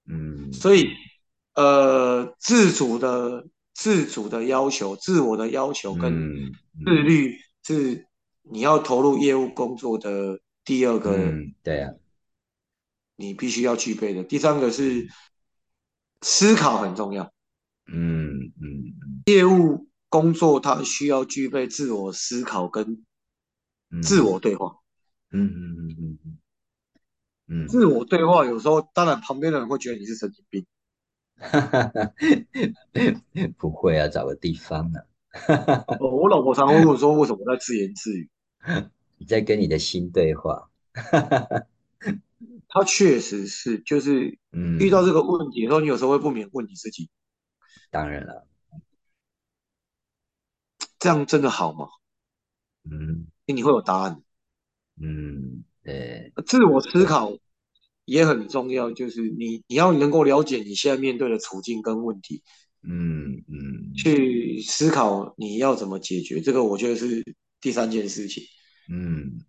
A: 嗯
B: 所以，
A: 嗯
B: 呃，自主的自主的要求、自我的要求跟
A: 嗯
B: 自
A: 嗯
B: 律是你要投入业务工作的第二个
A: 嗯，对啊，
B: 你必须要具备的。第三个是
A: 嗯
B: 思考很重要，
A: 嗯嗯
B: 工作它需要具备自我思考跟
A: 嗯
B: 自我对话。
A: 嗯嗯嗯嗯嗯嗯，
B: 自我对话有时候，当然旁边的人会觉得你是神经病，
A: 哈哈哈，不会啊，找个地方啊，
B: 哦，我老婆常会问我说，为什么我在自言自语？
A: 你在跟你的心对话，
B: 她确实是，就是
A: 嗯，
B: 遇到这个问题的时候，你有时候会不免问你自己，
A: 当然了，
B: 这样真的好吗？
A: 嗯
B: 你会有答案。
A: 嗯，对，
B: 自我思考也很重要，就是你你要能够了解你现在面对的处境跟问题，
A: 嗯嗯
B: 去思考你要怎么解决。这个我觉得是第三件事情。
A: 嗯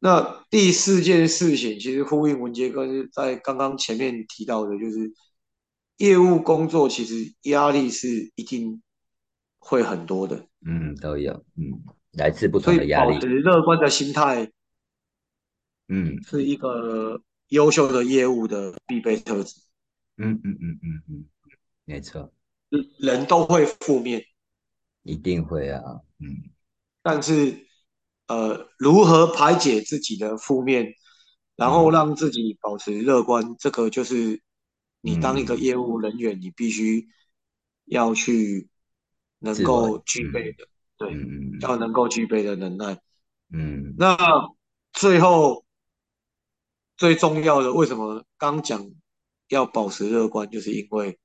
B: 那第四件事情，其实呼应文杰哥是在刚刚前面提到的，就是业务工作其实压力是一定会很多的，
A: 嗯，都有，嗯，来自不
B: 所
A: 同的
B: 以
A: 压力
B: 保持，乐观的心态
A: 嗯
B: 是一个优秀的业务的必备特质。
A: 嗯嗯嗯嗯嗯，没错，
B: 人都会负面，
A: 一定会啊，嗯
B: 但是，呃，如何排解自己的负面，然
A: 嗯
B: 后让自己保持乐观，这个就是你当
A: 嗯
B: 一个业务人员，你必须要去能够具备的，
A: 嗯
B: 对，
A: 嗯
B: 要能够具备的能耐。
A: 嗯
B: 那最后最重要的，为什么刚讲要保持乐观，就是因为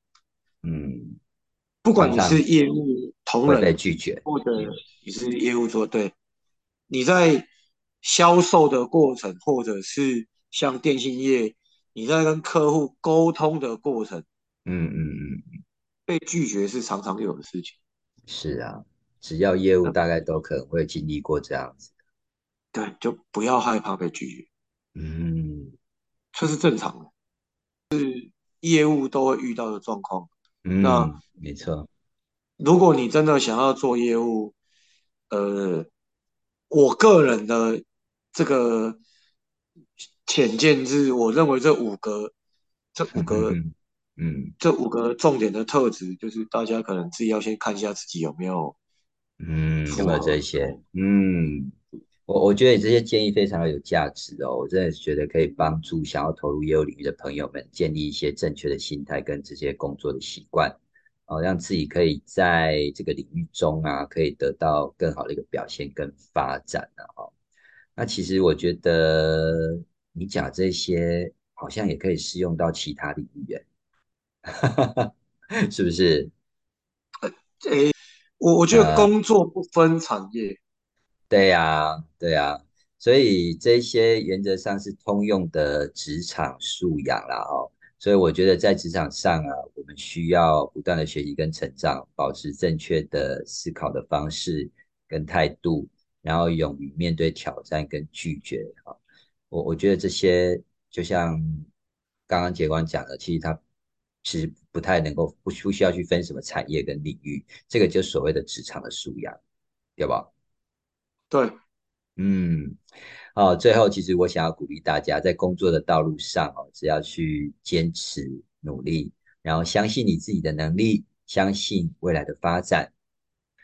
A: 嗯，
B: 不管你
A: 常常
B: 是业务同
A: 会被
B: 仁，
A: 拒绝，
B: 或者你是业务做对，你在销售的过程，或者是像电信业，你在跟客户沟通的过程，
A: 嗯嗯嗯，
B: 被拒绝是常常有的事情。
A: 是啊，只要业务大概都可能会经历过这样子，
B: 对，就不要害怕被拒绝，
A: 嗯
B: 这是正常的，是业务都会遇到的状况。
A: 嗯，没错，
B: 如果你真的想要做业务，呃，我个人的这个浅见是，我认为这五个，这五个，
A: 嗯
B: 这五个重点的特质，就是大家可能自己要先看一下自己有没有
A: 嗯，有
B: 符
A: 没
B: 合
A: 有这些？嗯，我我觉得你这些建议非常有价值哦，我真的觉得可以帮助想要投入业务领域的朋友们建立一些正确的心态跟这些工作的习惯，哦，让自己可以在这个领域中啊，可以得到更好的一个表现跟发展啊，哦。那其实我觉得你讲这些好像也可以适用到其他领域耶， 是不是？
B: 我我觉得工作不分产业，
A: 对呀，对呀，所以这些原则上是通用的职场素养啦，哦，所以我觉得在职场上啊，我们需要不断的学习跟成长，保持正确的思考的方式跟态度，然后勇于面对挑战跟拒绝啊。哦我我觉得这些就像刚刚杰光讲的，其实它其实不太能够不不需要去分什么产业跟领域，这个就所谓的职场的素养，对吧？
B: 对，
A: 嗯，好，最后其实我想要鼓励大家，在工作的道路上哦，只要去坚持努力，然后相信你自己的能力，相信未来的发展，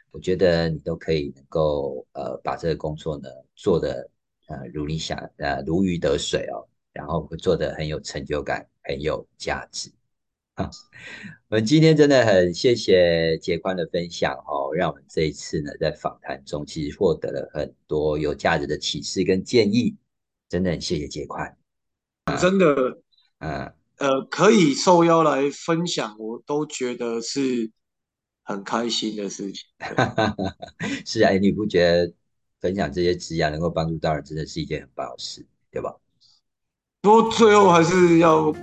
A: 我觉得你都可以能够呃把这个工作呢做得呃如你想呃如鱼得水哦，然后会做得很有成就感，很有价值。我们今天真的很谢谢杰宽的分享哦，让我们这一次呢在访谈中其实获得了很多有价值的启示跟建议，真的很谢谢杰宽。
B: 真的，
A: 嗯
B: 呃，可以受邀来分享，我都觉得是很开心的事情。对
A: 是啊，哎你不觉得分享这些职涯能够帮助到人，真的是一件很棒的事，对吧？
B: 不过最后还是要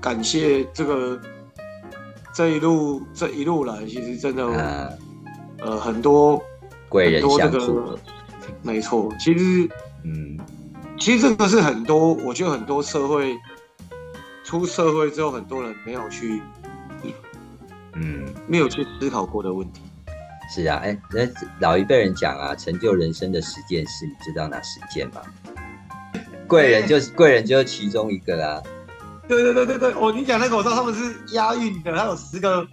B: 感谢这个这一路这一路来，其实真的、
A: 嗯，
B: 呃很多
A: 贵人
B: 很多这
A: 相助
B: 个，没错，其实
A: 嗯
B: 其实这个是很多，我觉得很多社会出社会之后，很多人没有去
A: 嗯，
B: 没有去思考过的问题。
A: 是啊，哎，那老一辈人讲啊，成就人生的十件事，你知道哪十件吗？贵人就是 贵人，就是其中一个啦、
B: 对对对对对，哦，你讲那个我知道他们是押韵的，它有十个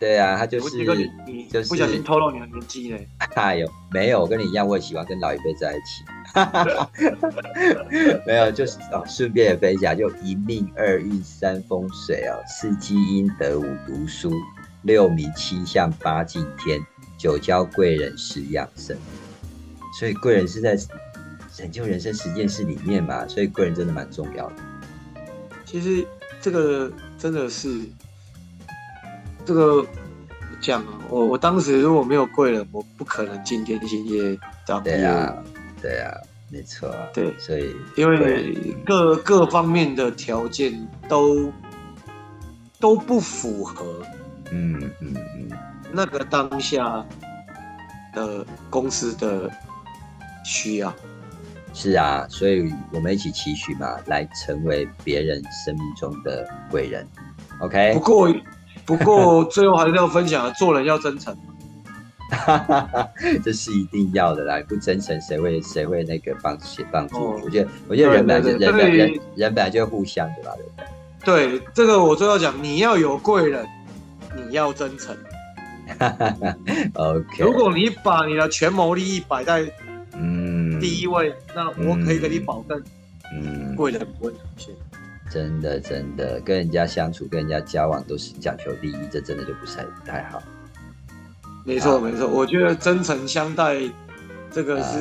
A: 对啊，他就
B: 我
A: 是
B: 结果你你
A: 就是
B: 不小心透露你的年纪嘞，
A: 哎呦，没有，我跟你一样，我也喜欢跟老一辈在一起。 没有，就是哦，顺便也分享，就一命二运三风水哦，四积阴德五读书，六迷七相八敬天，九交贵人十养生。所以贵人是在拯救人生十件事里面嘛，所以贵人真的蛮重要的。
B: 其实这个真的是这个讲啊，我我当时如果没有贵人，我不可能进电信业当业
A: 对
B: 务，
A: 啊，对啊，没错啊。
B: 对
A: 所以
B: 因
A: 贵
B: 为
A: 人
B: 各各方面的条件都都不符合
A: 嗯嗯嗯，
B: 那个当下的公司的需要。
A: 是啊，所以我们一起期许嘛，来成为别人生命中的贵人。OK，
B: 不
A: 哎
B: 过， 不过最后还是要分享，做人要真诚。
A: 这是一定要的啦，不真诚谁会谁会那个帮谁帮助
B: 哦
A: 你？我觉得我觉得人本来就
B: 对
A: 人
B: 对对
A: 本
B: 这
A: 人
B: 里
A: 人本来就互相的吧，对不对
B: 对，这个我最后讲，你要有贵人，你要真诚。
A: ？OK，
B: 如果你把你的权谋利益摆在
A: 嗯
B: 第一位，那我可以跟你保证，
A: 嗯，
B: 贵人不会出现。
A: 真的真的跟人家相处跟人家交往都是讲求利益，这真的就不是太好。
B: 没
A: 啊
B: 错，没错，我觉得真诚相待，这个是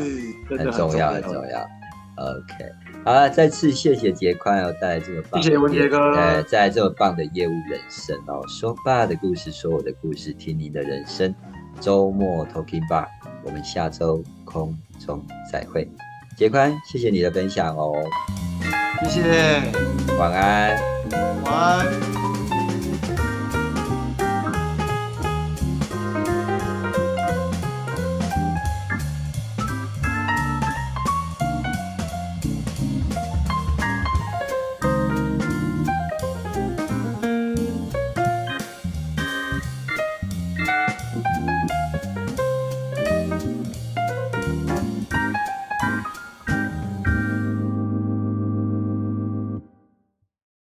A: 啊很
B: 真的
A: 重
B: 重
A: 要，
B: 要
A: 很重要。OK，好了，再次谢谢杰宽哦，带来这么棒的
B: 谢
A: 业，
B: 谢文杰哥
A: 呃，带来这么棒的业务人生哦。说爸的故事，说我的故事，听您的人生。周末 Talking Bar，我们下周空中再会。杰宽，谢谢你的分享哦，
B: 谢谢，
A: 晚安。
B: 晚安。